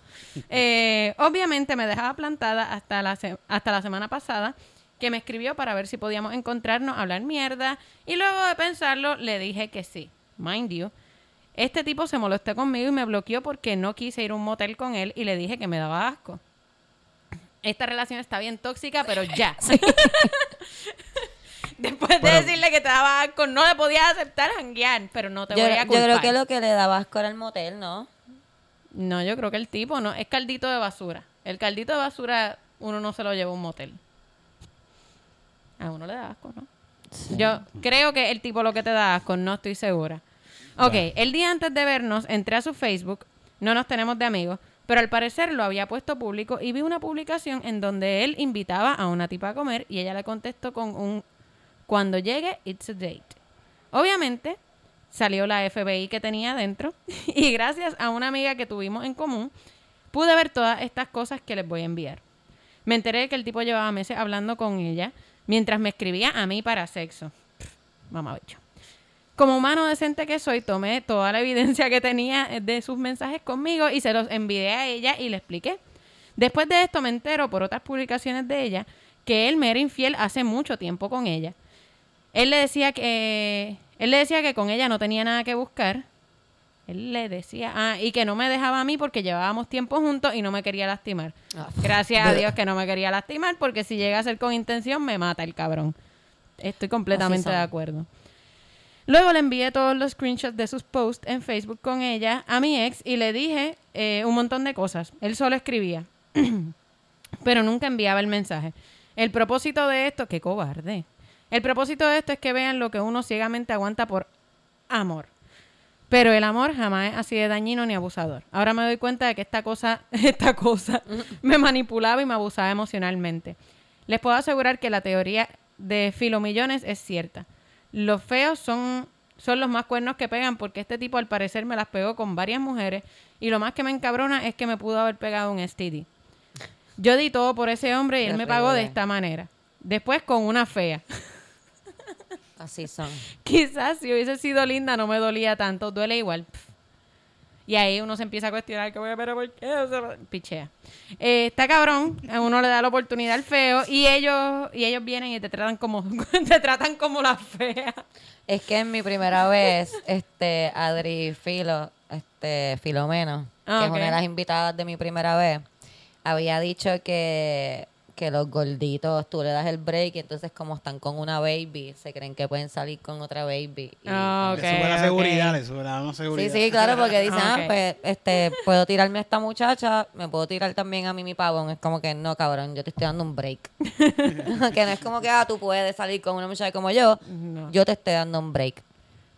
Eh, obviamente me dejaba plantada hasta la, se- hasta la semana pasada que me escribió para ver si podíamos encontrarnos, hablar mierda. Y luego de pensarlo, le dije que sí. Mind you. Este tipo se molestó conmigo y me bloqueó porque no quise ir a un motel con él y le dije que me daba asco. Esta relación está bien tóxica, pero ya. Después de Bueno. decirle que te daba asco, no le podías aceptar janguear, pero no te yo, voy a yo culpar. creo que lo que le daba asco era el motel, ¿no? No, yo creo que el tipo no. Es caldito de basura. El caldito de basura, uno no se lo lleva a un motel. A uno le da asco, ¿no? Yo creo que el tipo lo que te da asco, no estoy segura. Ok, el día antes de vernos, entré a su Facebook. No nos tenemos de amigos, pero al parecer lo había puesto público y vi una publicación en donde él invitaba a una tipa a comer y ella le contestó con un cuando llegue, it's a date. Obviamente, salió la FBI que tenía adentro y gracias a una amiga que tuvimos en común, pude ver todas estas cosas que les voy a enviar. Me enteré de que el tipo llevaba meses hablando con ella mientras me escribía a mí para sexo. Mamá Como humano decente que soy, tomé toda la evidencia que tenía de sus mensajes conmigo y se los envié a ella y le expliqué. Después de esto me entero por otras publicaciones de ella que él me era infiel hace mucho tiempo con ella. Él le decía que él le decía que con ella no tenía nada que buscar. Él le decía, ah, y que no me dejaba a mí porque llevábamos tiempo juntos y no me quería lastimar. Ah, Gracias a Dios que no me quería lastimar porque si llega a ser con intención me mata el cabrón. Estoy completamente son. de acuerdo. Luego le envié todos los screenshots de sus posts en Facebook con ella a mi ex y le dije eh, un montón de cosas. Él solo escribía, pero nunca enviaba el mensaje. El propósito de esto, qué cobarde. El propósito de esto es que vean lo que uno ciegamente aguanta por amor. Pero el amor jamás es así de dañino ni abusador. Ahora me doy cuenta de que esta cosa, esta cosa me manipulaba y me abusaba emocionalmente. Les puedo asegurar que la teoría de Filomillones es cierta. Los feos son son los más cuernos que pegan porque este tipo al parecer me las pegó con varias mujeres y lo más que me encabrona es que me pudo haber pegado un STD. Yo di todo por ese hombre y él Qué me pagó de horrible. esta manera. Después con una fea. Así son. Quizás si hubiese sido linda no me dolía tanto, duele igual. Pff. Y ahí uno se empieza a cuestionar, que bueno, pero ¿por qué? O sea, Pichea. Eh, está cabrón, a uno le da la oportunidad al feo y ellos y ellos vienen y te tratan como te tratan como la fea. Es que en mi primera vez, este, Adri Filo, este, Filomeno, Ah, que ok. es una de las invitadas de mi primera vez, había dicho que, que los gorditos, tú le das el break y entonces como están con una baby, se creen que pueden salir con otra baby. y- Ah, ok, Sí, le sube la ok. seguridad, le sube la seguridad. sí, claro, porque dicen, Ah, ah, ok. pues, este, puedo tirarme a esta muchacha, me puedo tirar también a mí mi pavón. Es como que, no, cabrón, yo te estoy dando un break. que no es como que, ah, tú puedes salir con una muchacha como yo, No. yo te estoy dando un break.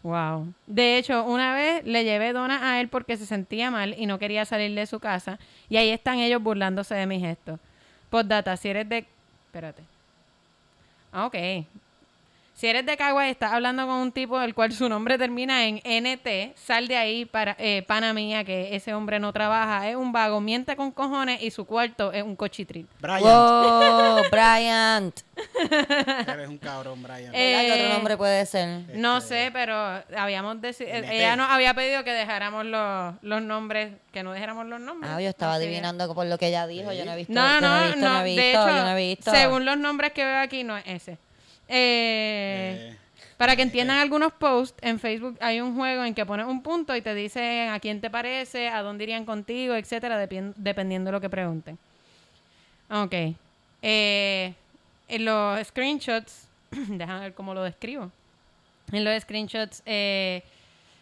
Wow. De hecho, una vez le llevé dona a él porque se sentía mal y no quería salir de su casa. Y ahí están ellos burlándose de mi gesto. Postdata, si eres de... Espérate. Ah, ok. Si eres de Cagua y estás hablando con un tipo del cual su nombre termina en NT, sal de ahí, para, eh, pana mía, que ese hombre no trabaja, es un vago, miente con cojones y su cuarto es un cochitril. Brian, Wow, Bryant. eres un cabrón, Brian. Eh, ¿Verdad? ¿Qué otro nombre puede ser? No sé, pero habíamos decidido, NT. ella nos había pedido que dejáramos los, los nombres, que no dejáramos los nombres. Ah, yo estaba Así es. adivinando por lo que ella dijo. Yo no he visto. No, yo no, he no, visto, no, no he de visto, hecho, yo no he visto. según los nombres que veo aquí, no es ese. Eh, Eh, para que entiendan algunos posts, en Facebook hay un juego en que pones un punto y te dicen a quién te parece, a dónde irían contigo, etcétera, depien- dependiendo de lo que pregunten. Ok. Eh, en los screenshots, déjame ver cómo lo describo. En los screenshots, eh,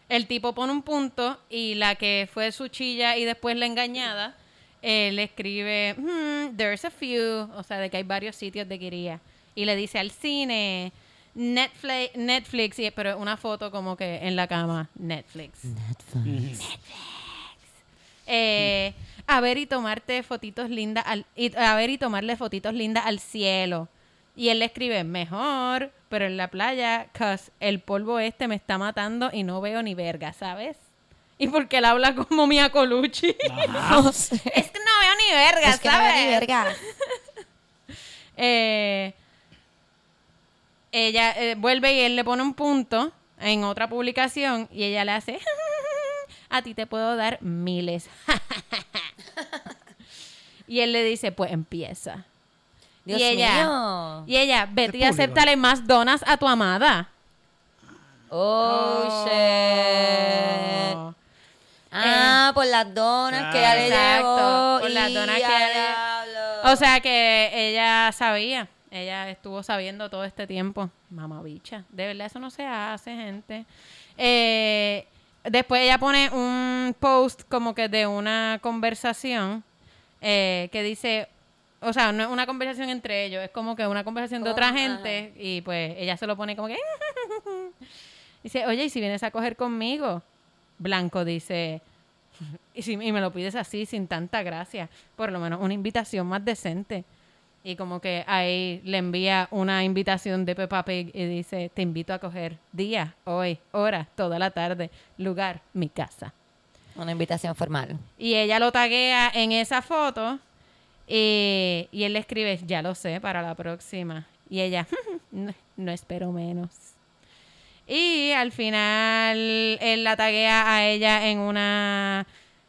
el tipo pone un punto y la que fue su chilla y después la engañada, eh, le escribe, "Hmm, there's a few, o sea, de que hay varios sitios de que iría. Y le dice al cine, Netflix, Netflix y- pero una foto como que en la cama, Netflix. Eh, a ver y tomarte fotitos lindas al, y- a ver y tomarle fotitos lindas al cielo. Y él le escribe, mejor, pero en la playa, cause el polvo este me está matando y no veo ni verga, ¿sabes? Y porque él habla como Mia Colucci. No sé. es que no veo ni verga, Es que no ¿sabes? veo ni verga. Eh, ella eh, vuelve y él le pone un punto en otra publicación y ella le hace, a ti te puedo dar miles. y él le dice, pues empieza. Dios y ella, mío. y ella, vete y público. acéptale más donas a tu amada. Oh, shit. Oh. Ah, por las donas que ella le Exacto, llevó. por las y donas que ella le- diablo. O sea que ella sabía, ella estuvo sabiendo todo este tiempo. Mamabicha, de verdad eso no se hace, gente. Eh, después ella pone un post como que de una conversación eh, que dice, o sea, no es una conversación entre ellos, es como que una conversación de Como, otra ajá. gente y pues ella se lo pone como que... Dice, oye, ¿y si vienes a coger conmigo? Blanco dice, y, si, y me lo pides así, sin tanta gracia, por lo menos una invitación más decente. Y como que ahí le envía una invitación de Peppa Pig y dice, te invito a coger día, hoy, hora, toda la tarde, lugar, mi casa. Una invitación formal. Y ella lo taguea en esa foto eh, y él le escribe, ya lo sé, para la próxima. Y ella, no, no espero menos. Y al final él la taguea a ella en una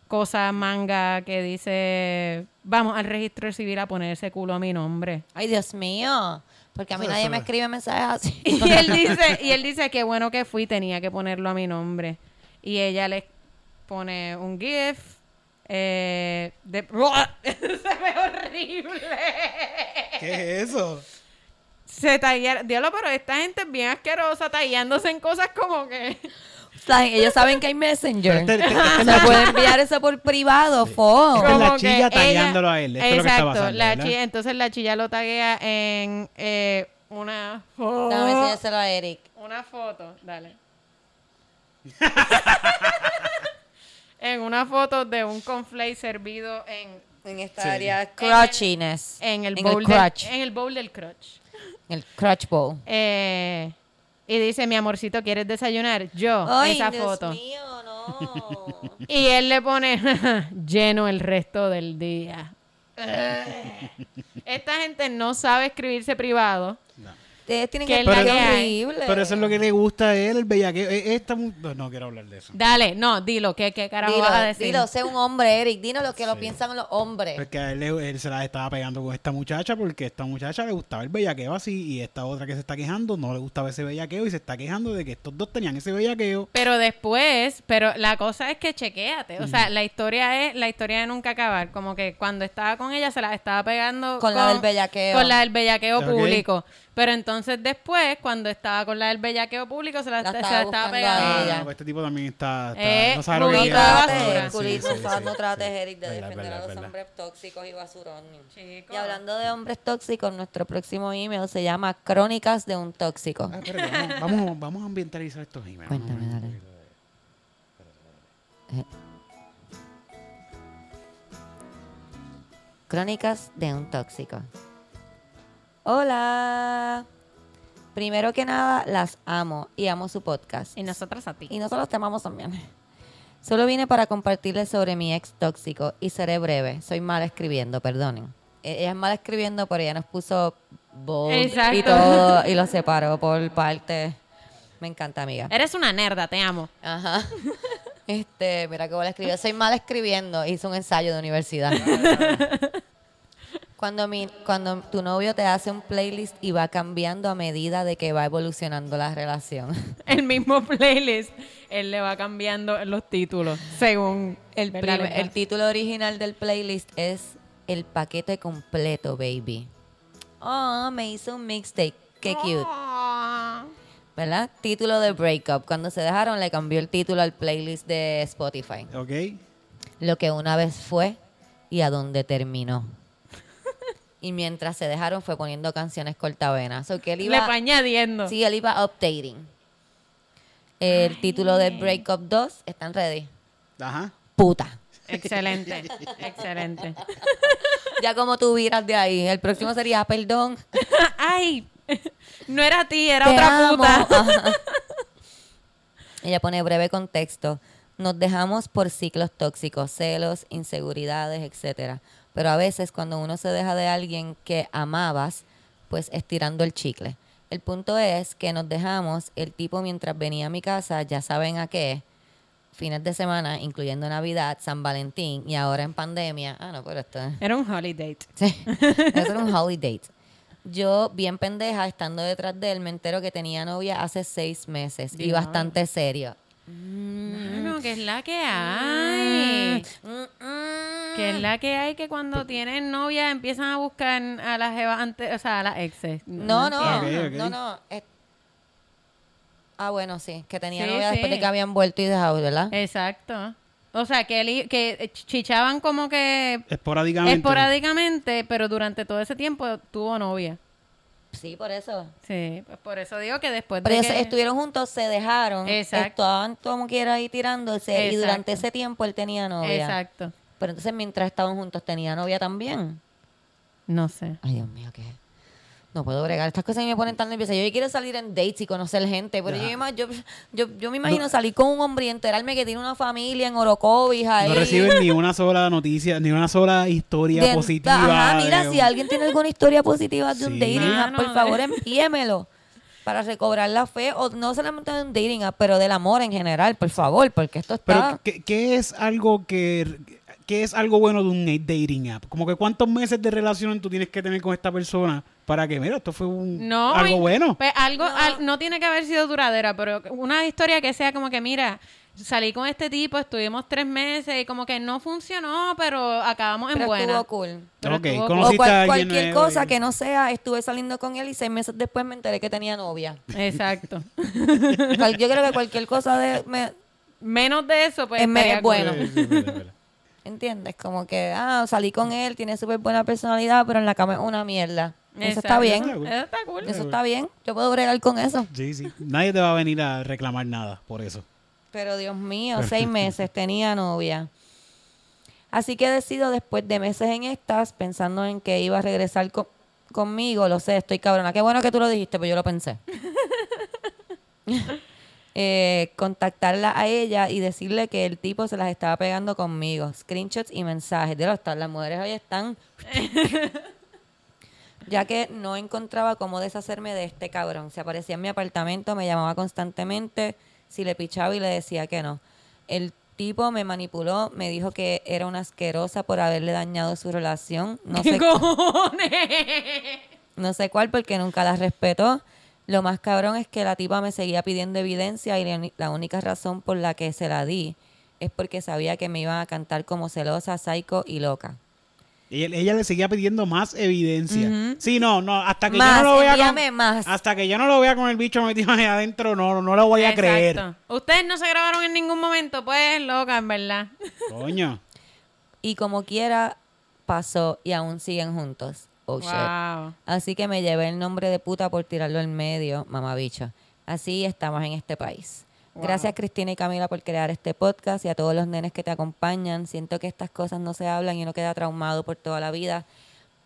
cosa manga que dice, vamos al registro civil a ponerse culo a mi nombre. Ay, Dios mío. Porque a mí Eso- nadie eso- me escribe mensajes así. Y él dice, y él dice que bueno que fui, tenía que ponerlo a mi nombre. Y ella le pone un GIF eh, de se ve horrible. ¿Qué es eso? Se talla, diablo, pero esta gente es bien asquerosa, tallándose en cosas como que Saben, Ellos saben que hay Pero Messenger. Ah. este- este- este- Me puede enviar eso por privado, fo. Esta es la como que chilla tallándolo a él, esto es lo que está exacto, pasando, la ¿verdad? chilla- entonces la chilla lo taguea en eh, una Déjame enseñárselo a Eric. Una foto, dale. en una foto de un conflay servido en, En esta Sí. área crotchiness. en el en bowl el del crotch. en el bowl del crotch. En el crotch bowl. Eh, y dice, mi amorcito, ¿quieres desayunar? Yo, Ay, esa Dios foto. mío, no. Y él le pone lleno el resto del día. Esta gente no sabe escribirse privado. Ustedes tienen Que que la estar que hay. horrible. Pero eso es lo que le gusta a él, el bellaqueo. Eh, Esta, mu- no, no quiero hablar de eso. Dale, no, dilo, ¿qué, qué carajo vas a Dilo, decir? dilo, sé un hombre, Eric. Dinos lo que lo Sí. piensan los hombres. Porque a él, le- él se la estaba pegando con esta muchacha porque esta muchacha le gustaba el bellaqueo así y esta otra que se está quejando no le gustaba ese bellaqueo y se está quejando de que estos dos tenían ese bellaqueo. Pero después, pero la cosa es que chequéate. O sea, la historia es la historia de nunca acabar. Como que cuando estaba con ella se la estaba pegando Con la del bellaqueo. Con la del bellaqueo Ok. público. Pero entonces después, cuando estaba con la del bellaqueo público, se la, La se la estaba estaba, buscando a pegando. Ah, ella. no, pues este tipo también está... está- Eh, no sabe lo que culito No de quiere. Ah, basura. trates, sí, culito, sí, por favor, sí, no sí. trates, Eric, de Verdad, defender verdad, a los verdad. hombres tóxicos y basurones. Chico. Y hablando de hombres tóxicos, nuestro próximo email se llama Crónicas de un Tóxico. Ah, espérate, vamos, vamos, vamos a ambientalizar estos emails. vamos a Cuéntame, ver. dale. Crónicas de un tóxico. Hola. Primero que nada, las amo y amo su podcast. Y nosotras a ti. Y nosotros te amamos también. Solo vine para compartirles sobre mi ex tóxico y seré breve. Soy mala escribiendo, perdonen. E- Ella es mala escribiendo, pero ella nos puso bold y Exacto. todo y lo separó por parte. Me encanta, amiga. Eres una nerda, te amo. Ajá. Este, mira cómo la escribió. Soy mala escribiendo. Hice un ensayo de universidad. Cuando, mi, cuando tu novio te hace un playlist y va cambiando a medida de que va evolucionando la relación. El mismo playlist, él le va cambiando los títulos según El, ¿verdad? primer- Letra. el título original del playlist es El paquete completo, baby. Oh, me hizo un mixtape. Qué cute. Ah. ¿Verdad? Título de breakup. Cuando se dejaron, le cambió el título al playlist de Spotify. ¿Ok? Lo que una vez fue y a dónde terminó. Y mientras se dejaron, fue poniendo canciones cortavenas. O que él Le iba. va añadiendo. Sí, él iba updating. El título de Breakup 2 está en ready. Ajá. Puta. Excelente, excelente. Ya como tú viras de ahí. El próximo sería "Ah, perdón. Ay, no era a ti, era te otra amo. puta. Ajá. Ella pone breve contexto. Nos dejamos por ciclos tóxicos, celos, inseguridades, etcétera. Pero a veces cuando uno se deja de alguien que amabas, pues estirando el chicle. El punto es que nos dejamos, el tipo mientras venía a mi casa, ya saben a qué, fines de semana, incluyendo Navidad, San Valentín y ahora en pandemia. Ah, no, pero esto es- Era un holiday. Sí, eso era un holiday. Yo, bien pendeja, estando detrás de él, me entero que tenía novia hace seis meses y Diablo. bastante serio. Bueno, que es la que hay. Que es la que hay que cuando tienen novia empiezan a buscar a las jevas antes, o sea, a las exes. No, no, entiendo. Ok, ok. no, no. es- Ah, bueno, sí, que tenía Sí, novia después sí. Eh. de que habían vuelto y dejado, ¿verdad? Exacto. O sea, que, li- que chichaban como que Esporádicamente. esporádicamente, pero durante todo ese tiempo tuvo novia. Sí, por eso. Sí, pues por eso digo que después Pero de ellos que... estuvieron juntos, se dejaron, Exacto. estaban como quiera ahí tirándose y Exacto. durante ese tiempo él tenía novia. Exacto. Pero entonces mientras estaban juntos tenía novia también. No sé. Ay, Dios mío, que No puedo bregar. Estas cosas me ponen tan nerviosa. Yo quiero salir en dates y conocer gente, pero yo, ima- yo, yo, yo me imagino salir con un hombre y enterarme que tiene una familia en Orocovis ahí. No reciben ni una sola noticia, ni una sola historia De- positiva. eh, Ajá, mira, de- si alguien tiene alguna historia positiva de un Sí. dating app, Mano, por favor, de- envíemelo. Para recobrar la fe, o no solamente de un dating app, pero del amor en general, por favor, porque esto está... Pero, ¿qué, qué es algo que... ¿Qué es algo bueno de un dating app? Como que cuántos meses de relación tú tienes que tener con esta persona para que, mira, esto fue un, No. algo in- bueno. pues algo, al- no. tiene que haber sido duradera, pero una historia que sea como que, mira, salí con este tipo, estuvimos tres meses y como que no funcionó, pero acabamos en Pero buena. estuvo cool. pero Ok, estuvo- O conociste cual- a alguien cualquier nuevo y- cosa que no sea, estuve saliendo con él y seis meses después me enteré que tenía novia. Exacto. Cual- yo creo que cualquier cosa de... me- Menos de eso, pues... Es me- estaría es bueno. cool. Sí, sí, espera, espera. ¿Entiendes? Como que, ah, salí con él, tiene súper buena personalidad, pero en la cama es una mierda. Eso está Exacto. bien. Eso está cool. Eso está bien. Yo puedo bregar con eso. Sí, sí. Nadie te va a venir a reclamar nada por eso. Pero Dios mío, seis meses tenía novia. Así que decido después de meses en estas, pensando en que iba a pues regresar co- conmigo, lo sé, estoy cabrona. Qué bueno que tú lo dijiste, pero yo lo pensé. eh, contactarla a ella y decirle que el tipo se las estaba pegando conmigo. Screenshots y mensajes. De los tal, las mujeres hoy están. ya que no encontraba cómo deshacerme de este cabrón. Se aparecía en mi apartamento, me llamaba constantemente, si le pichaba y le decía que no. El tipo me manipuló, me dijo que era una asquerosa por haberle dañado su relación. No ¿Qué sé cojones? no sé cuál, porque nunca la respetó. Lo más cabrón es que la tipa me seguía pidiendo evidencia y la uni- la única razón por la que se la di es porque sabía que me iban a cantar como celosa, psycho y loca. Ella, ella le seguía pidiendo más evidencia. Sí, no, no, hasta que Más, yo no lo vea envíame con, más. hasta que yo no lo vea con el bicho metido ahí adentro, no, no lo voy a creer. Exacto. Ustedes no se grabaron en ningún momento, pues, loca, en verdad. Coño. Y como quiera, pasó y aún siguen juntos. Oh, shit. wow. Así que me llevé el nombre de puta por tirarlo al medio, mamabicho. Así estamos en este país. Wow. Gracias Cristina y Camila por crear este podcast y a todos los nenes que te acompañan. Siento que estas cosas no se hablan y uno queda traumado por toda la vida,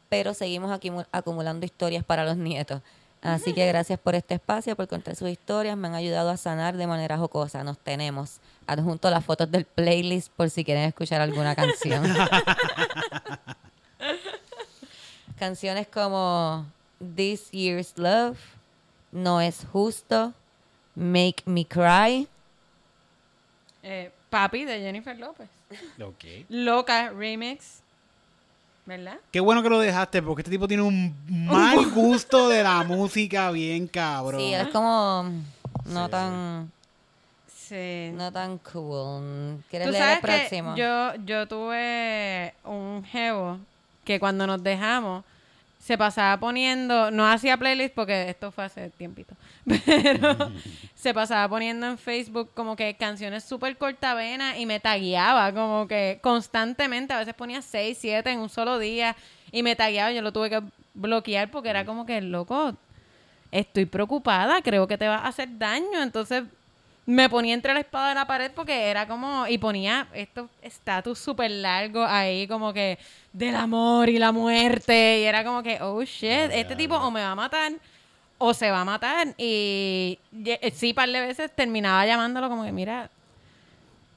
pero seguimos aquí mu- acumulando historias para los nietos. Así que gracias por este espacio, por contar sus historias. Me han ayudado a sanar de manera jocosa. Nos tenemos. Adjunto las fotos del playlist por si quieren escuchar alguna canción. Canciones como This Year's Love, No es Justo, Make Me Cry, Eh, papi de Jennifer López. Ok. Loca Remix. ¿Verdad? Qué bueno que lo dejaste, porque este tipo tiene un mal gusto de la música, bien cabrón. Sí, es como mm, no Sí, tan Sí. no tan cool. ¿Quieres leer Tú el sabes que próximo? yo, yo tuve un jevo que cuando nos dejamos se pasaba poniendo, no hacía playlist porque esto fue hace tiempito, pero se pasaba poniendo en Facebook como que canciones súper cortavenas y me tagueaba como que constantemente, a veces ponía 6, 7 en un solo día y me tagueaba, yo lo tuve que bloquear porque era como que, loco, estoy preocupada, creo que te va a hacer daño. Entonces me ponía entre la espada y la pared porque era como, y ponía estos estatus súper largos ahí como que del amor y la muerte. Y era como que, oh shit, este tipo o me va a matar o se va a matar. Y ye- eh, sí, par de veces terminaba llamándolo como que, mira,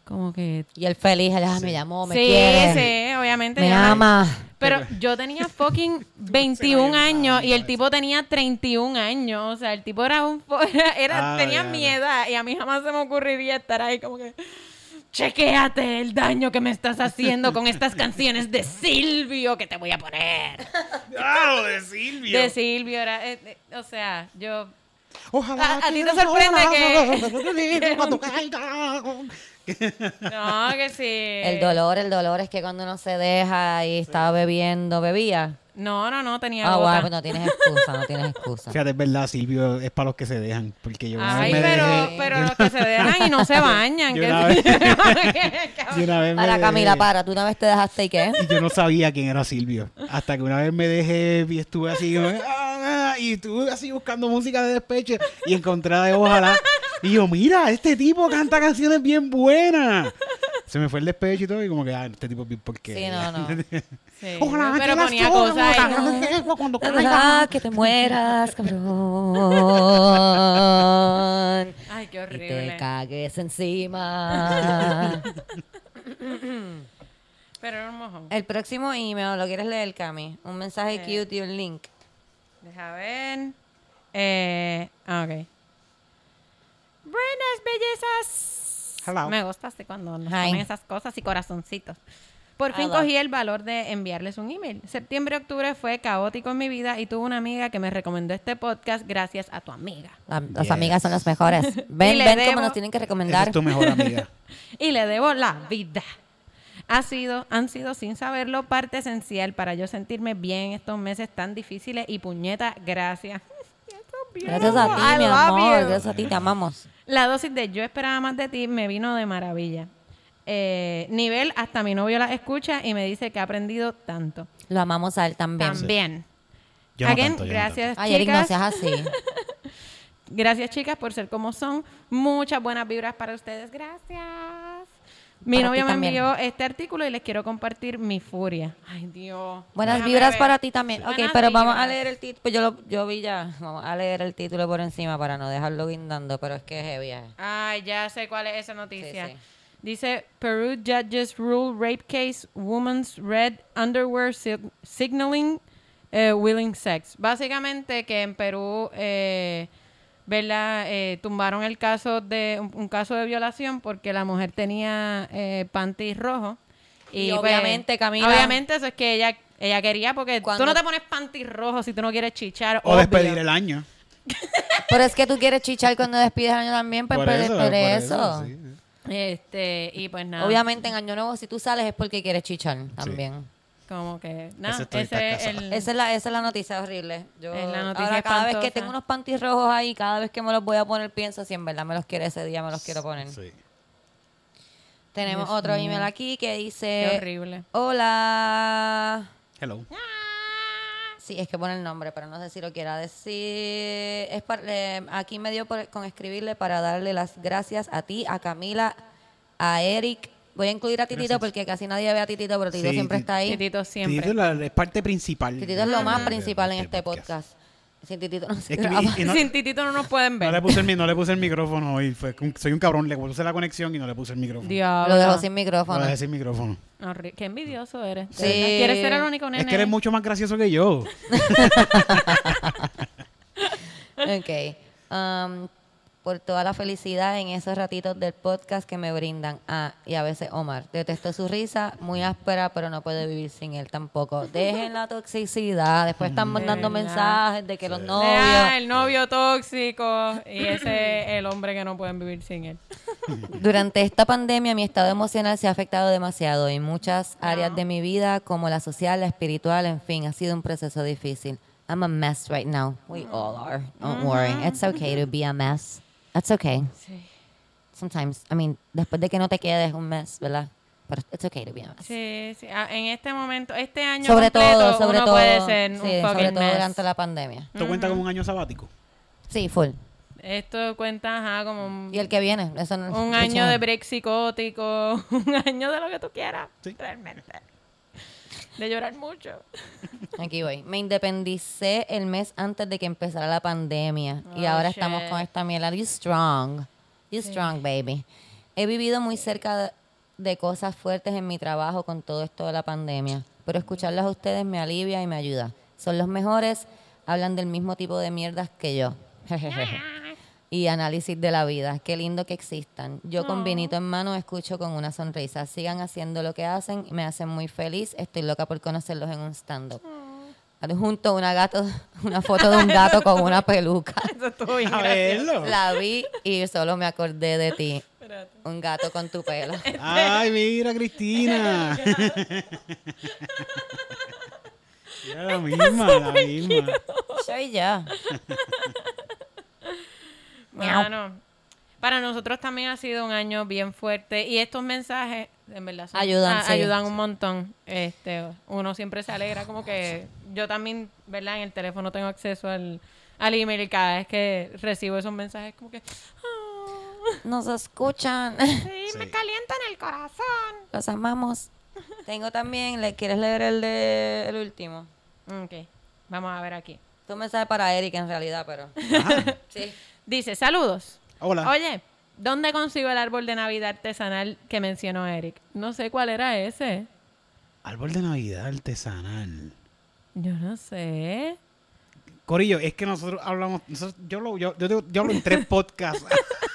como que... Y el feliz, el, ah, me llamó, me sí, quiere, sí, obviamente. me llama- ama. pero yo tenía fucking 21 Ah, años y el tipo tenía 31 años. O sea, el tipo era un. po- Era, era- Ah, tenía diablo. mi edad y a mí jamás se me ocurriría estar ahí como que. Chequéate el daño que me estás haciendo con estas canciones de Silvio que te voy a poner. ¡Ah, lo de Silvio! De Silvio era. eh, eh, o sea, yo. Ojalá A- a ti que te los sorprende abrazos que- de cuando caigan. No, que sí. El dolor, el dolor es que cuando uno se deja y estaba bebiendo, bebía. No, no, no, tenía. Ah, gota. guau, pues no tienes excusa, no tienes excusa. Fíjate, es verdad, Silvio es para los que se dejan, porque yo una Ay, vez me pero, dejé- pero los que se dejan y no se bañan. Yo que- una vez- Cabrón. yo una vez me Para Camila, dejé- para, tú una vez te dejaste y qué? Y yo no sabía quién era Silvio. Hasta que una vez me dejé y estuve así, como, "Ah", y estuve así buscando música de despeche y encontré la de Ojalá. Y yo, mira, este tipo canta canciones bien buenas. Se me fue el despecho y todo, y como que, ah, este tipo es bien porque. Sí, no, no. Sí, Ojalá, pero que las ponía cosas, cosas ahí. ojalá que las cuando Ah, que te mueras, cabrón. Ay, qué Y te horrible. cagues encima. Pero era un mojón. El próximo email, ¿lo quieres leer, Cami? Un mensaje Eh. cute y un link. Deja ver. Eh, ah, ok. Buenas bellezas. Hello. Me gustaste cuando nos Hi. ponen esas cosas y corazoncitos. Por fin Hello. cogí el valor de enviarles un email. Septiembre, octubre fue caótico en mi vida y tuve una amiga que me recomendó este podcast gracias a tu amiga. La- Las Yes. amigas son las mejores. Ven, le ven cómo debo- nos tienen que Esa recomendar. es tu mejor amiga. y le debo la vida. Ha sido, han sido sin saberlo parte esencial para yo sentirme bien estos meses tan difíciles y puñeta, gracias. Gracias a ti, I mi love amor. you. Gracias a ti, te amamos. La dosis de yo esperaba más de ti me vino de maravilla. Eh, nivel, hasta mi novio la escucha y me dice que ha aprendido tanto. Lo amamos a él también. También. Yo no Again, tanto, yo no gracias, Ay, Eric, no seas chicas. así. Gracias, chicas, por ser como son. Muchas buenas vibras para ustedes. Gracias. Mi Para novia ti me también. envió este artículo y les quiero compartir mi furia. Ay, Dios. Buenas Déjame vibras ver. para ti también. Ok, Buenas pero vamos a vibras. leer el título. Pues yo, lo, yo vi ya. Vamos a leer el título por encima para no dejarlo guindando, pero es que es heavy. eh. Ay, ya sé cuál es esa noticia. Sí, sí. Dice, Peru judges rule rape case, woman's red underwear sig- signaling eh, willing sex. Básicamente que en Perú, eh, ¿verdad? Eh, tumbaron el caso de, un, un caso de violación porque la mujer tenía eh, panties rojos. Y pues, obviamente, Camila- Obviamente eso es que ella, ella quería porque Cuando- tú no te pones panties rojos si tú no quieres chichar. O despedir obvio. el año. Pero es que tú quieres chichar cuando despides año también, pues por por, eso. por por eso. sí, sí. Este, y pues nada. Obviamente en año nuevo si tú sales es porque quieres chichar también. Como que, nada, Ese ese, estoy es casado. el... Esa es, la, esa es la noticia horrible. Yo, Es la noticia ahora cada vez que espantosa. tengo unos panties rojos ahí, cada vez que me los voy a poner pienso si en verdad me los quiero ese día, me los quiero poner. Sí. Tenemos Dios otro mío. email aquí que Qué dice... horrible. Hola. Hello. Sí, es que pone el nombre, pero no sé si lo quiera decir. Es par- eh, aquí me dio por- con escribirle para darle las gracias a ti, a Camila, a Eric. Voy a incluir a Titito Gracias. porque casi nadie ve a Titito, pero Titito Sí, siempre Ti- está ahí. Titito, Titito siempre. Titito Ah, es la, la parte principal. es lo de- más de- principal en de este podcast. Sin Titito no se Es que- graba. y- y no- Sin Titito no nos pueden No ver. le, puse el, mi- no le puse el micrófono hoy. fue que un- soy un cabrón. Le puse la conexión y no le puse el micrófono. Diablo. Lo dejo sin No micrófono. le dejé el micrófono. Horri- Qué envidioso eres. de Sí. verdad. ¿Quieres ser el único nene? Es que eres mucho más gracioso que yo. Ok. Um, por toda la felicidad en esos ratitos del podcast que me brindan. Ah, y a veces Omar. Detesto su risa, muy áspera, pero no puedo vivir sin él tampoco. Dejen la toxicidad. Después están mandando verdad. mensajes de que los Ah, novios. el novio tóxico y ese es el hombre que no pueden vivir sin él. Durante esta pandemia, mi estado emocional se ha afectado demasiado en muchas áreas de mi vida, como la social, la espiritual, en fin, ha sido un proceso difícil. I'm a mess right now. We all are. Don't worry. It's okay to be a mess. That's okay. Sí. Sometimes, I mean, después de que no te quedes un mes, ¿verdad? Pero it's okay to be honest. Sí, sí. Ah, en este momento, este año sobre completo, todo, sobre uno todo, puede ser sí, un sobre fucking todo mess. durante la pandemia. ¿Te cuenta como un año sabático? Sí, full. Esto cuenta, ajá, como un, Y el que viene, eso no- un eso año no. de break psicótico, un año de lo que tú quieras, Sí. realmente. De llorar mucho. Aquí voy. Me independicé el mes antes de que empezara la pandemia y Oh, ahora shit. estamos con esta mierda. You strong. You strong, baby. He vivido muy cerca de, de cosas fuertes en mi trabajo con todo esto de la pandemia, pero escucharlas a ustedes me alivia y me ayuda. Son los mejores, hablan del mismo tipo de mierdas que yo. y análisis de la vida. Qué lindo que existan. Yo con vinito en mano escucho con una sonrisa. Sigan haciendo lo que hacen, me hacen muy feliz. Estoy loca por conocerlos en un stand-up. Adjunto una, gato, una foto de un gato con una peluca. Eso estuvo bien A gracioso. verlo. La vi y solo me acordé de ti. Espérate. Un gato con tu pelo. Ay, mira, Cristina. Mira, la misma, la misma. Soy yo. Miau. Bueno, para nosotros también ha sido un año bien fuerte y estos mensajes en verdad son- Ayudan, a- sí. ayudan un montón. Este, uno siempre se alegra como que yo también, ¿verdad? En el teléfono tengo acceso al, al email y cada vez que recibo esos mensajes como que "Ah, Nos escuchan. sí, me Sí. calientan el corazón. Los amamos. Tengo también, ¿le quieres leer el de el último? Ok, vamos a ver aquí. Tú me sabes para Eric en realidad, pero. Sí. Dice, saludos. Hola. Oye, ¿dónde consigo el árbol de Navidad artesanal que mencionó Eric? No sé cuál era ese. Árbol de Navidad artesanal. Yo no sé. Corillo, es que nosotros hablamos. nosotros- yo, lo, yo, yo digo- yo hablo en tres podcasts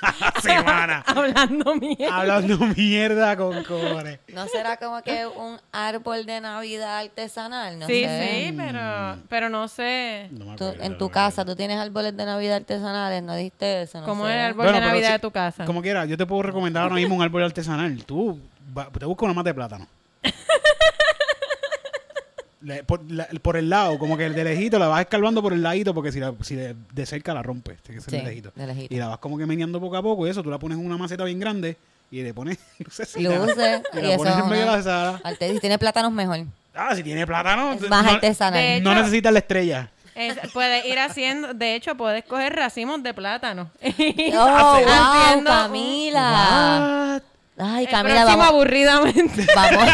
a la semana. Hablando mierda. hablando mierda con cobre. ¿No será como que un árbol de Navidad artesanal? No sí, sé. Mm. sí, pero, pero no sé. No me Tú- acuerdo, en no tu me casa, acuerdo. tú tienes árboles de Navidad artesanales, ¿no dijiste eso? No ¿Cómo sé. es el árbol Bueno, de pero Navidad sí, de tu casa? Como quiera, yo te puedo recomendar ahora mismo un árbol artesanal. Tú va- te buscas una mata de plátano. Le- por, la- por el lado, como que el de lejito la vas escalvando por el ladito, porque si, la- si de, de cerca la rompes, tiene que ser de Sí, lejito. de lejito. Y la vas como que meneando poco a poco, y eso tú la pones en una maceta bien grande y le pones lucecita, Luces. Y y la eso pones es en medio de una- la sala. arte- Si tiene plátanos, mejor. Ah, si tiene plátano, Es no- más De artesanal. hecho- no necesitas la estrella. Es- puedes ir haciendo, de hecho, puedes coger racimos de plátano. ¡Oh, wow, Haciendo un- Camila! What? Ay, El Camila, próximo vamos, aburridamente. vamos,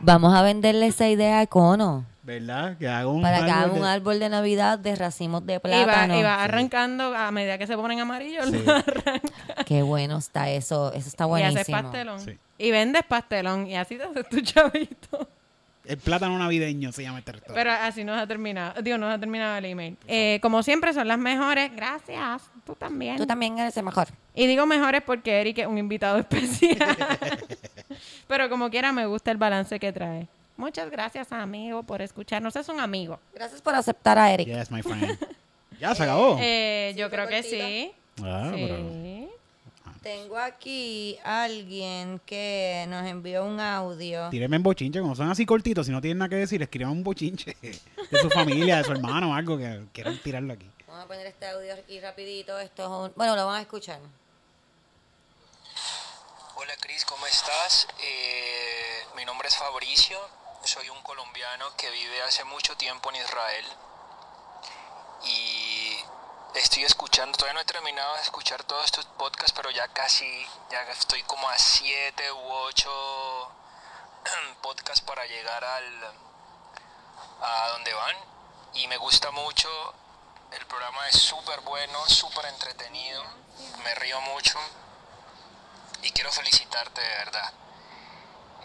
vamos a venderle esa idea a Cono ¿Verdad? Que haga un. para que haga árbol un de- árbol de Navidad de racimos de Y va, plátano. y va arrancando a medida que se ponen amarillos. Sí. lo arranca. Qué bueno está eso, eso está Y haces buenísimo. pastelón. Sí. Y vendes pastelón. Y así te haces tu chavito. El plátano navideño se llama este restaurante. Pero así nos ha terminado. Digo, nos ha terminado el email. Eh, como siempre, son las mejores. Gracias. Tú también. Tú también eres el mejor. Y digo mejores porque Eric es un invitado especial. Pero como quiera, me gusta el balance que trae. Muchas gracias, amigo, por escucharnos. Es un amigo. Gracias por aceptar a Eric. Yes, my friend. ya se acabó. Eh, Sí, yo fue creo que cortita. sí. Oh. ah, Sí. pero. Tengo aquí alguien que nos envió un audio. Tírenme en bochinche, como son así cortitos, si no tienen nada que decir, escriban un bochinche de su familia, de su hermano, algo que quieran tirarlo aquí. Vamos a poner este audio aquí rapidito. Esto es un- Bueno, lo van a escuchar. Hola Cris, ¿cómo estás? Eh, mi nombre es Fabricio, soy un colombiano que vive hace mucho tiempo en Israel y estoy escuchando, todavía no he terminado de escuchar todos tus podcasts, pero ya casi, ya estoy como a 7 u 8 podcasts para llegar al, a donde van y me gusta mucho, el programa es súper bueno, súper entretenido, me río mucho y quiero felicitarte de verdad.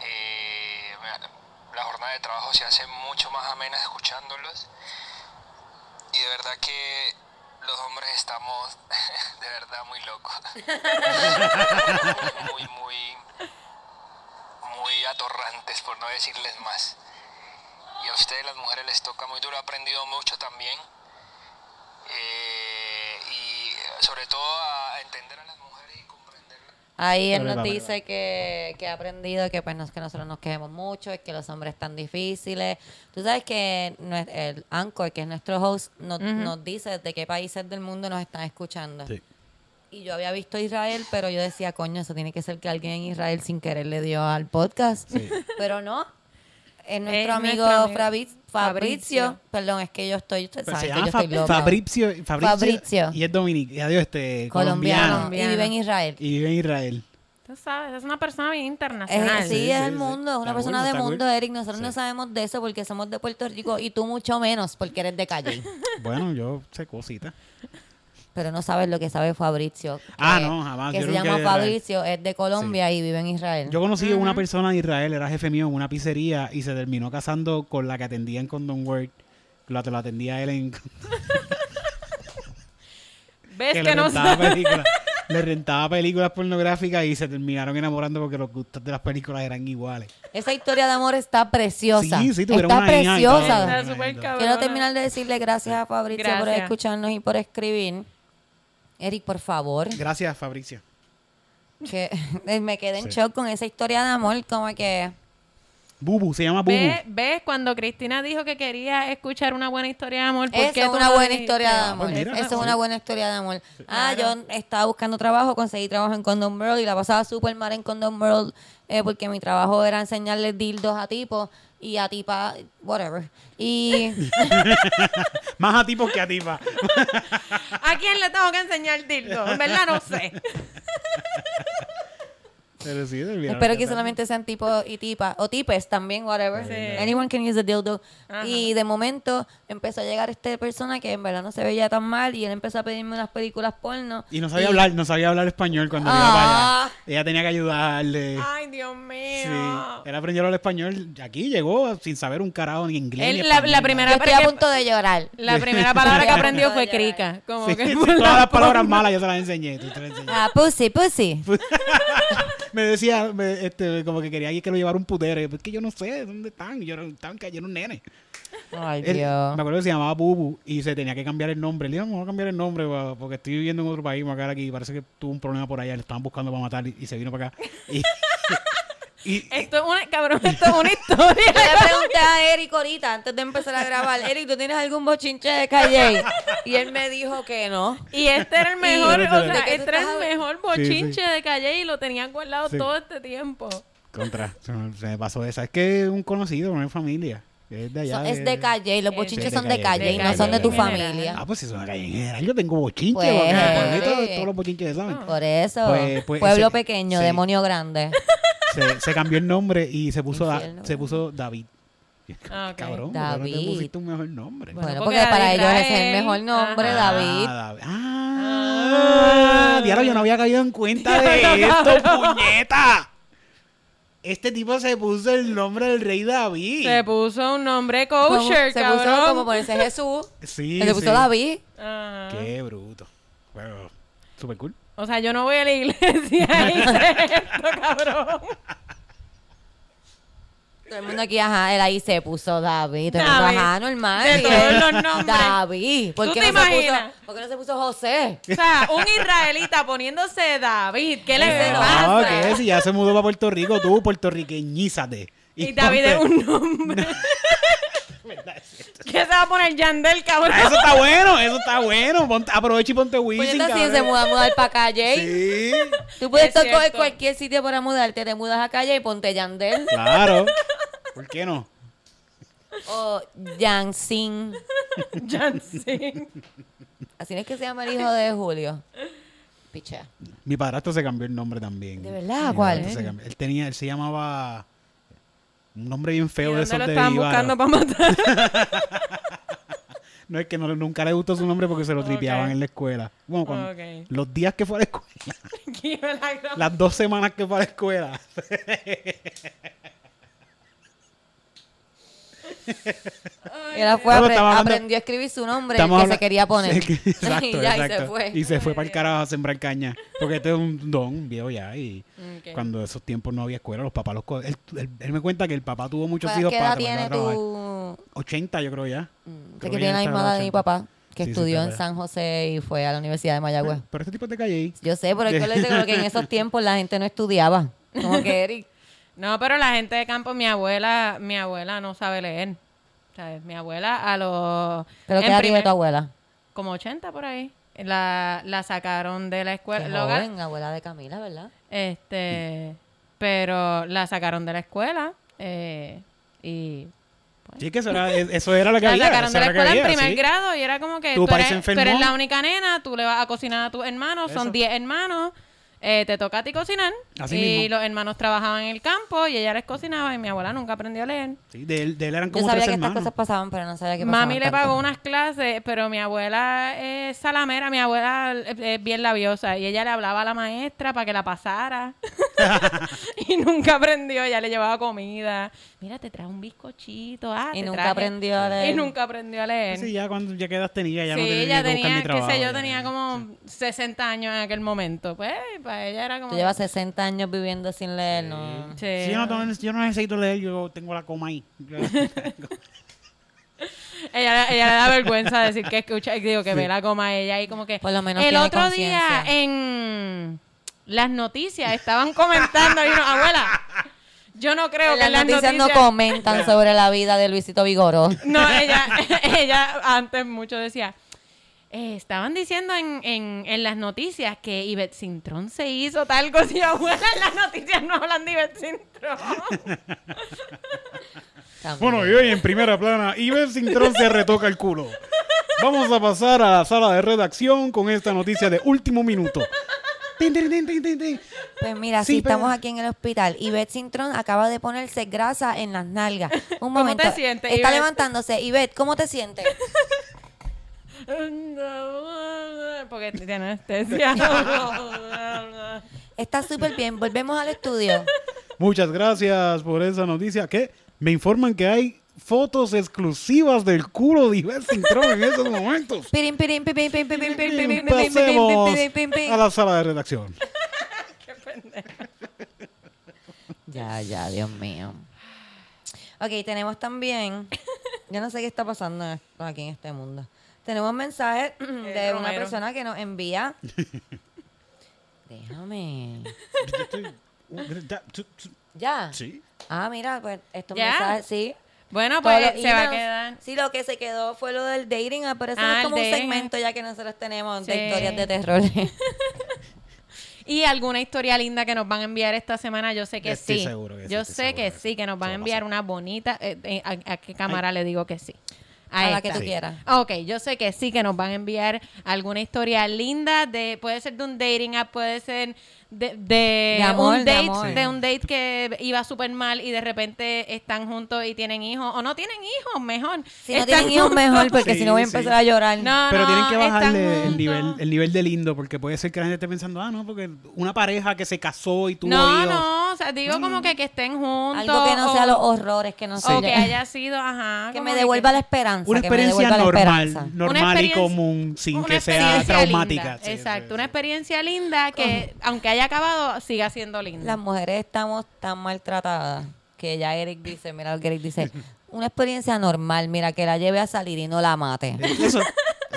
Eh, me- la jornada de trabajo se hace mucho más amena escuchándolos y de verdad que los hombres estamos de verdad muy locos. muy, muy, muy atorrantes por no decirles más. Y a ustedes las mujeres les toca muy duro, he aprendido mucho también. Eh, y sobre todo a entender a las mujeres y comprenderlas. Ahí él Dale, nos dale, dice que, que ha aprendido que pues no es que nosotros nos quejemos mucho, es que los hombres están difíciles. Tú sabes que nue- el Anchor, que es nuestro host, nos, nos dice de qué países del mundo nos están escuchando. Sí. Y yo había visto Israel, pero yo decía, coño, eso tiene que ser que alguien en Israel sin querer le dio al podcast. Pero no. Es nuestro Es amigo, nuestro amigo. Fabrizio, Fabrizio. Perdón, es que yo estoy. Ustedes Pero se saben que llama yo Fa- estoy loca. Fabrizio, Fabrizio, Fabrizio. Y es dominicano, adiós, este, colombiano, Y colombiano. vive en Israel. Y vive en Israel. Tú sabes, es una persona bien Es, internacional. Eh, sí, Sí, es sí, el sí. mundo, es una Está persona cool, de está mundo, cool. Eric. Nosotros no sabemos de eso porque somos de Puerto Rico y tú mucho menos porque eres de calle. Bueno, yo sé cositas. Pero no sabes lo que sabe Fabrizio. que- Ah, no, jamás. Que Yo se nunca llama he- Fabrizio, es de Colombia y vive en Israel. Yo conocí a una persona de Israel, era jefe mío en una pizzería y se terminó casando con la que atendía en Condom World. La, la atendía él en ¿Ves que, le no rentaba sabes? películas. Le rentaba películas pornográficas y se terminaron enamorando porque los gustos de las películas eran iguales. Esa historia de amor está preciosa. Sí, sí, tuvieron está una hija y todo. preciosa. Está súper cabrona. Quiero terminar de decirle gracias a Fabricio por Gracias. escucharnos y por escribir. Eric, por favor, Gracias, Fabricio. que me quedé en Sí. shock con esa historia de amor, como que Bubu, se llama Bubu. ¿Ves, ves cuando Cristina dijo que quería escuchar una buena historia de amor? ¿por eso qué es tú una no buena dijiste? historia de Ah, pues amor. mira, eso es sí. una buena historia de amor. Ah, yo estaba buscando trabajo, conseguí trabajo en Condom World y la pasaba súper mal en Condom World eh, porque mi trabajo era enseñarles dildos a tipos y a tipa, whatever. Y Más a tipos que a tipas. ¿A quién le tengo que enseñar dildo? En verdad no sé. Pero sí, se olvidaron Espero de que hacer. solamente sean tipo y tipa, o tipes también, whatever. Sí. Anyone can use a dildo. Ajá. Y de momento empezó a llegar esta persona que en verdad no se veía tan mal y él empezó a pedirme unas películas porno. Y no sabía hablar, no sabía hablar español cuando iba para Ah. allá. Ella tenía que ayudarle. Ay, Dios Sí. mío. Él aprendió a hablar español. Aquí llegó sin saber un carajo ni inglés. Él- ni la, español. la Yo primera, estoy a punto de llorar. la primera palabra que Ya, aprendió no, fue ya. crica. Como Sí, que sí, por todas la las palabras forma. malas yo se las enseñé. tú te las enseñé. Ah, pussy, pussy. me decía, me- este, como que quería que lo llevara un putero. "Pues, Es que yo no sé dónde están. Yo no, estaban cayendo un nene. Ay, Él- Dios. me acuerdo que se llamaba Bubu y se tenía que cambiar el nombre. Le dije, vamos a cambiar el nombre guau, porque estoy viviendo en otro país, me voy a quedar aquí. Parece que tuvo un problema por allá, le estaban buscando para matar y, y se vino para acá. Y, y- Esto es una, cabrón, esto es una historia. Yo le pregunté a Eric ahorita, antes de empezar a grabar, Eric, ¿tú tienes algún bochinche de calle? Y él me dijo que no. Y este era el mejor, Y- o ¿De sea, qué tú este era el estás hab- mejor Sí, sí. bochinche de calle y lo tenían guardado Sí. todo este tiempo. contra, se me, se me pasó esa. Es que es un conocido, no es familia. Es de Son- allá. es de calle y los Es bochinches de son de calle, calle de y no calle son de tu en general. familia. Ah, pues si son de calle en general. Yo tengo bochinches. Pues, Ah. porque por mí sí. todos, todos los bochinches de San. Por eso, Pues- pues pueblo ese- pequeño, sí. demonio grande. Se, se cambió el nombre y se puso, Da- Infierno, se ¿verdad? puso David. Ah, ok. Cabrón, ¿por qué no te David. pusiste un mejor nombre? Bueno, porque porque David para ellos ese es Israel. el mejor nombre, Ajá. David. Ah, David. Ah, diablo, yo no había caído en cuenta de esto, puñeta. Este tipo se puso el nombre del rey David. Se puso un nombre Como- kosher, se cabrón. puso como ponerse Jesús. Sí, se le sí. puso David. Ajá. Qué bruto. Bueno, super cool. Ah. O sea, yo no voy a la iglesia y hice esto, cabrón. Todo el mundo aquí, ajá, él ahí se puso David. Todo el mundo, David. ajá, normal. De Miguel. todos los nombres. David. ¿Por ¿Tú qué, no te se imaginas? puso, ¿Por qué no se puso José? O sea, un israelita poniéndose David. ¿Qué le Ese no. pasa? No, que ah, si ya se mudó para Puerto Rico, tú puertorriqueñízate. Y David es un nombre. ¿Qué se va a poner Yandel, cabrón? Ah, Eso está bueno, eso está bueno. Ponte- aprovecha y ponte Pues Wisin, yo así se cabrón. muda a mudar para calle. Sí, Tú puedes Es tocar cierto. cualquier sitio para mudarte. Te mudas a calle y ponte Yandel claro. ¿Por qué no? o Yansin. Jansen. Así no es que se llama el hijo de Julio. Pichea. Mi padrastro se cambió el nombre también. ¿De verdad? Mi ¿Cuál? padrastro se cambió. Él tenía, él se llamaba un nombre bien ¿Y feo dónde de esos lo de estaban Vivaro. buscando para matar? No es que no- nunca le gustó su nombre porque se lo Ok. tripeaban en la escuela. Bueno, cuando- Ok. los días que fue a la escuela, Qué milagro. las dos semanas que fue a la escuela. Ella fue, Bueno, apre- estamos hablando- aprendió a escribir su nombre, el que Estamos habla- se quería poner. Sí, que- exacto, y ya, y exacto. se fue. Y se fue para el carajo a sembrar caña. Porque este es un don viejo ya. Y cuando de esos tiempos no había escuela, los papás los... co- Él, él- él me cuenta que el papá tuvo muchos ¿Cuál- hijos ¿Qué para edad trabajar. tiene tu...? 80 yo creo ya. Mm, Creo Sé que que tiene ya la está misma edad de mi 80. papá, que Sí, sí, estudió está en bien. San José y fue a la Universidad de Mayagüez. Pero este tipo te calle ahí. Yo sé, pero es que le digo que en esos tiempos la gente no estudiaba. Como que Eric. No, pero la gente de campo, mi abuela, mi abuela no sabe leer. ¿Sabes? Mi abuela a los... Pero en qué edad primer- tiene tu abuela. Como 80 por ahí. La, la sacaron de la Qué escuela. Lo gar- joven, abuela de Camila, ¿verdad? Este, pero la sacaron de la escuela eh, y Sí, que eso era, es- eso era lo que la había. sacaron eso de la era lo que escuela en había, primer sí. grado y era como que Tu tú, país se eres, tú enfermó. eres la única nena, tú le vas a cocinar a tus hermanos, Eso. son 10 hermanos, eh, te toca a ti cocinar Así y mismo. los hermanos trabajaban en el campo y ella les cocinaba y mi abuela nunca aprendió a leer. Sí, de él, de él eran Yo como sabía tres que estas hermanos. cosas pasaban, pero no sabía que pasaban. Mami le tanto. pagó unas clases, pero mi abuela es salamera, mi abuela es es bien labiosa y ella le hablaba a la maestra para que la pasara y nunca aprendió, ella le llevaba comida. Mira, te trajo un bizcochito, ah, Y te nunca traje- aprendió a leer. Y nunca aprendió a leer. Sí, ya cuando ya quedas tenía, ya no Sí, tenía ella que buscar tenía, mi trabajo. qué sé yo, ya. tenía como 60 años en aquel momento. Pues para ella era como... Tú llevas 60 años viviendo sin leer, ¿no? Sí. Sí, yo, no, tengo- yo no necesito leer, yo tengo la coma ahí. Ella, ella le da vergüenza decir que escucha, digo, que ve la goma a ella y como que... Por lo menos El tiene otro día conciencia. en las noticias estaban comentando y uno, abuela, yo no creo que Las en las noticias noticias... no comentan sobre la vida de Luisito Vigoró. No, ella, ella antes mucho decía... eh, estaban diciendo en, en, en las noticias que Ivette Sintrón se hizo tal cosa y yo, abuela, en las noticias no hablan de Ivette Sintrón. También. bueno, y hoy en primera plana, Iber Cintrón se retoca el culo. Vamos a pasar a la sala de redacción con esta noticia de último minuto. Tin, tin, tin, tin, tin, tin. Pues mira, Sí, si pero- estamos aquí en el hospital y Beth Sintrón acaba de ponerse grasa en las nalgas. Un momento. te sientes, Está Ivette? levantándose. Ivette, ¿cómo te sientes? Porque tiene anestesia. Está súper bien. Volvemos al estudio. Muchas gracias por esa noticia. Que me informan que hay fotos exclusivas del culo de Iber Cintrón en esos momentos. Pirin, pirin, pirin, pirin, pirin, pirin, pirin, pirin, pirin, Pasemos pirin, pirin, pirin, a pirin. la sala de redacción. Ya, ya, Dios mío. Ok, tenemos también. Yo no sé qué está pasando aquí en este mundo. Tenemos un mensaje de una Romero. persona que nos envía. Déjame. Ya. Sí. Ah, mira, pues estos ¿Ya? mensajes, sí. Bueno, Todos los pues se va a emails. quedar. Sí, lo que se quedó fue lo del dating, ah, pero eso Ah, no es el como un dating. segmento ya que nosotros tenemos Sí. de historias de terror. Y alguna historia linda que nos van a enviar esta semana, yo sé que Yo sí. estoy seguro que sí, yo estoy sé que seguro que sí, que nos van a Eso va a enviar pasar. una bonita... eh, eh, a, a qué cámara le digo que sí? A la que esta. tú quieras. Ok, yo sé que sí, que nos van a enviar alguna historia linda de, puede ser de un dating app, puede ser de, de, De amor, un de date, amor. de un date que iba súper mal y de repente están juntos y tienen hijos, o no tienen hijos, mejor. Si no Están tienen hijos, juntos. mejor, porque Sí, si no voy a sí. empezar a llorar. No, no, Pero tienen que están bajarle juntos. el nivel, el nivel de lindo, porque puede ser que la gente esté pensando, ah, no, porque una pareja que se casó y tuvo No, hijos. no, o sea, digo como que, que estén juntos. Mm. Algo que no o- sea los horrores, que no O sea. que haya sido, ajá. Que como me devuelva la esperanza. Una que me experiencia devuelva la normal, esperanza. Una normal y experiencia- común, sin una que sea experiencia traumática. linda. Sí, Exacto, sí, una sí. experiencia linda que, aunque haya acabado, siga siendo linda. Las mujeres estamos tan maltratadas que ya Eric dice, mira lo que Eric dice, una experiencia normal, mira, que la lleve a salir y no la mate. Eso,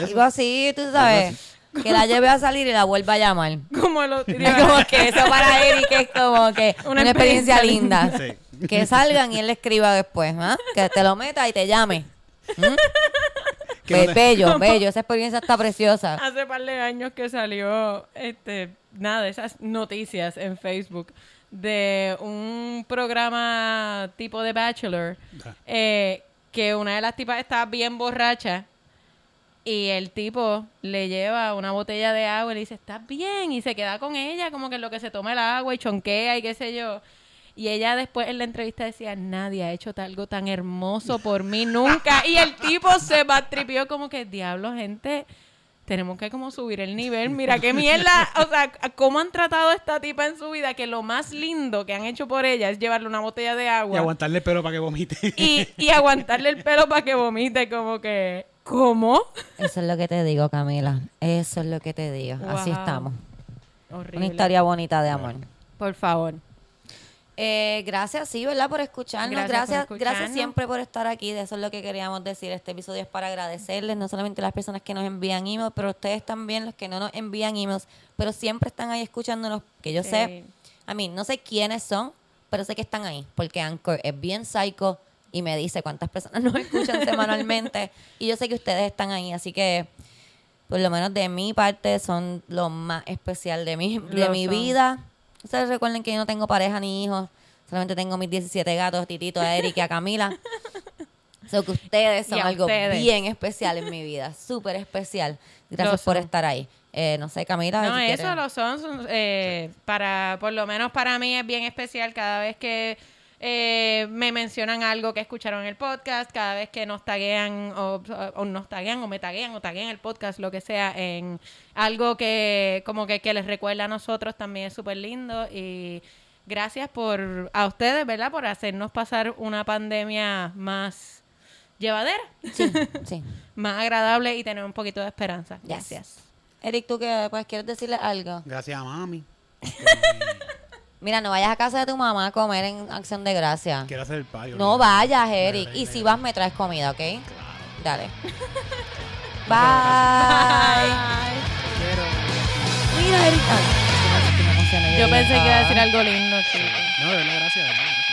Digo así, tú sabes, que la lleve a salir y la vuelva a llamar. Como lo Es como que eso para Eric es como que una, Una experiencia experiencia linda. Sí. Que salgan y él le escriba después, ¿ah? Que te lo meta y te llame. ¿Mm? Que Be- no te- bello, bello, esa experiencia está preciosa. Hace par de años que salió, este, nada, de esas noticias en Facebook de un programa tipo de Bachelor, Ah. eh, que una de las tipas estaba bien borracha y el tipo le lleva una botella de agua y le dice, ¿estás bien? Y se queda con ella, como que en lo que se toma el agua y chonquea y qué sé yo. Y ella después en la entrevista decía, nadie ha hecho algo tan hermoso por mí nunca. Y el tipo se batripió como que, diablo, gente, tenemos que como subir el nivel. Mira qué mierda, o sea, cómo han tratado a esta tipa en su vida, que lo más lindo que han hecho por ella es llevarle una botella de Y agua aguantarle el pelo para que vomite. y, y aguantarle el pelo para que vomite, como que, ¿cómo? Eso es lo que te digo, Camila. Eso es lo que te digo. Así Wow. estamos. Horrible. Una historia bonita de amor. Por favor. Eh, gracias, sí, ¿verdad? Por escucharnos. Gracias, Gracias por gracias, escucharnos. siempre por estar aquí. De eso es lo que queríamos decir. Este episodio es para agradecerles, no solamente las personas que nos envían emails, pero ustedes también, los que no nos envían emails, pero siempre están ahí escuchándonos. Que yo Sí. sé, a mí no sé quiénes son, pero sé que están ahí, porque Anchor es bien psycho y me dice cuántas personas nos escuchan semanalmente. Y yo sé que ustedes están ahí, así que por lo menos de mi parte, son lo más especial de mi, de Lo mi son. vida. Ustedes recuerden que yo no tengo pareja ni hijos, solamente tengo mis 17 gatos, Titito, a Eric y a Camila. So que ustedes son Y a algo ustedes. bien especial en mi vida, súper especial. Lo Gracias son. por estar ahí. Eh, no sé, Camila. No, si eso quieres- lo son. son, eh, Para, por lo menos para mí es bien especial cada vez que eh, me mencionan algo que escucharon en el podcast, cada vez que nos taguean o, o nos taguean o me taguean o taguean el podcast, lo que sea, en algo que como que, que les recuerda a nosotros también es súper lindo y gracias por a ustedes, ¿verdad? Por hacernos pasar una pandemia más llevadera, Sí, sí. más agradable y tener un poquito de esperanza. Yes. Gracias. Eric, ¿tú qué? Pues quieres decirle algo. Gracias a mami. Mira, no vayas a casa de tu mamá a comer en Acción de Gracia. Quiero hacer el payo. No vayas, Eric. Dale, Y dale, si dale. vas, me traes comida, ¿ok? Dale. Bye. Bye. Mira, Erika. Yo pensé que iba a decir algo lindo, chico. No, de verdad, gracias. de verdad, gracias.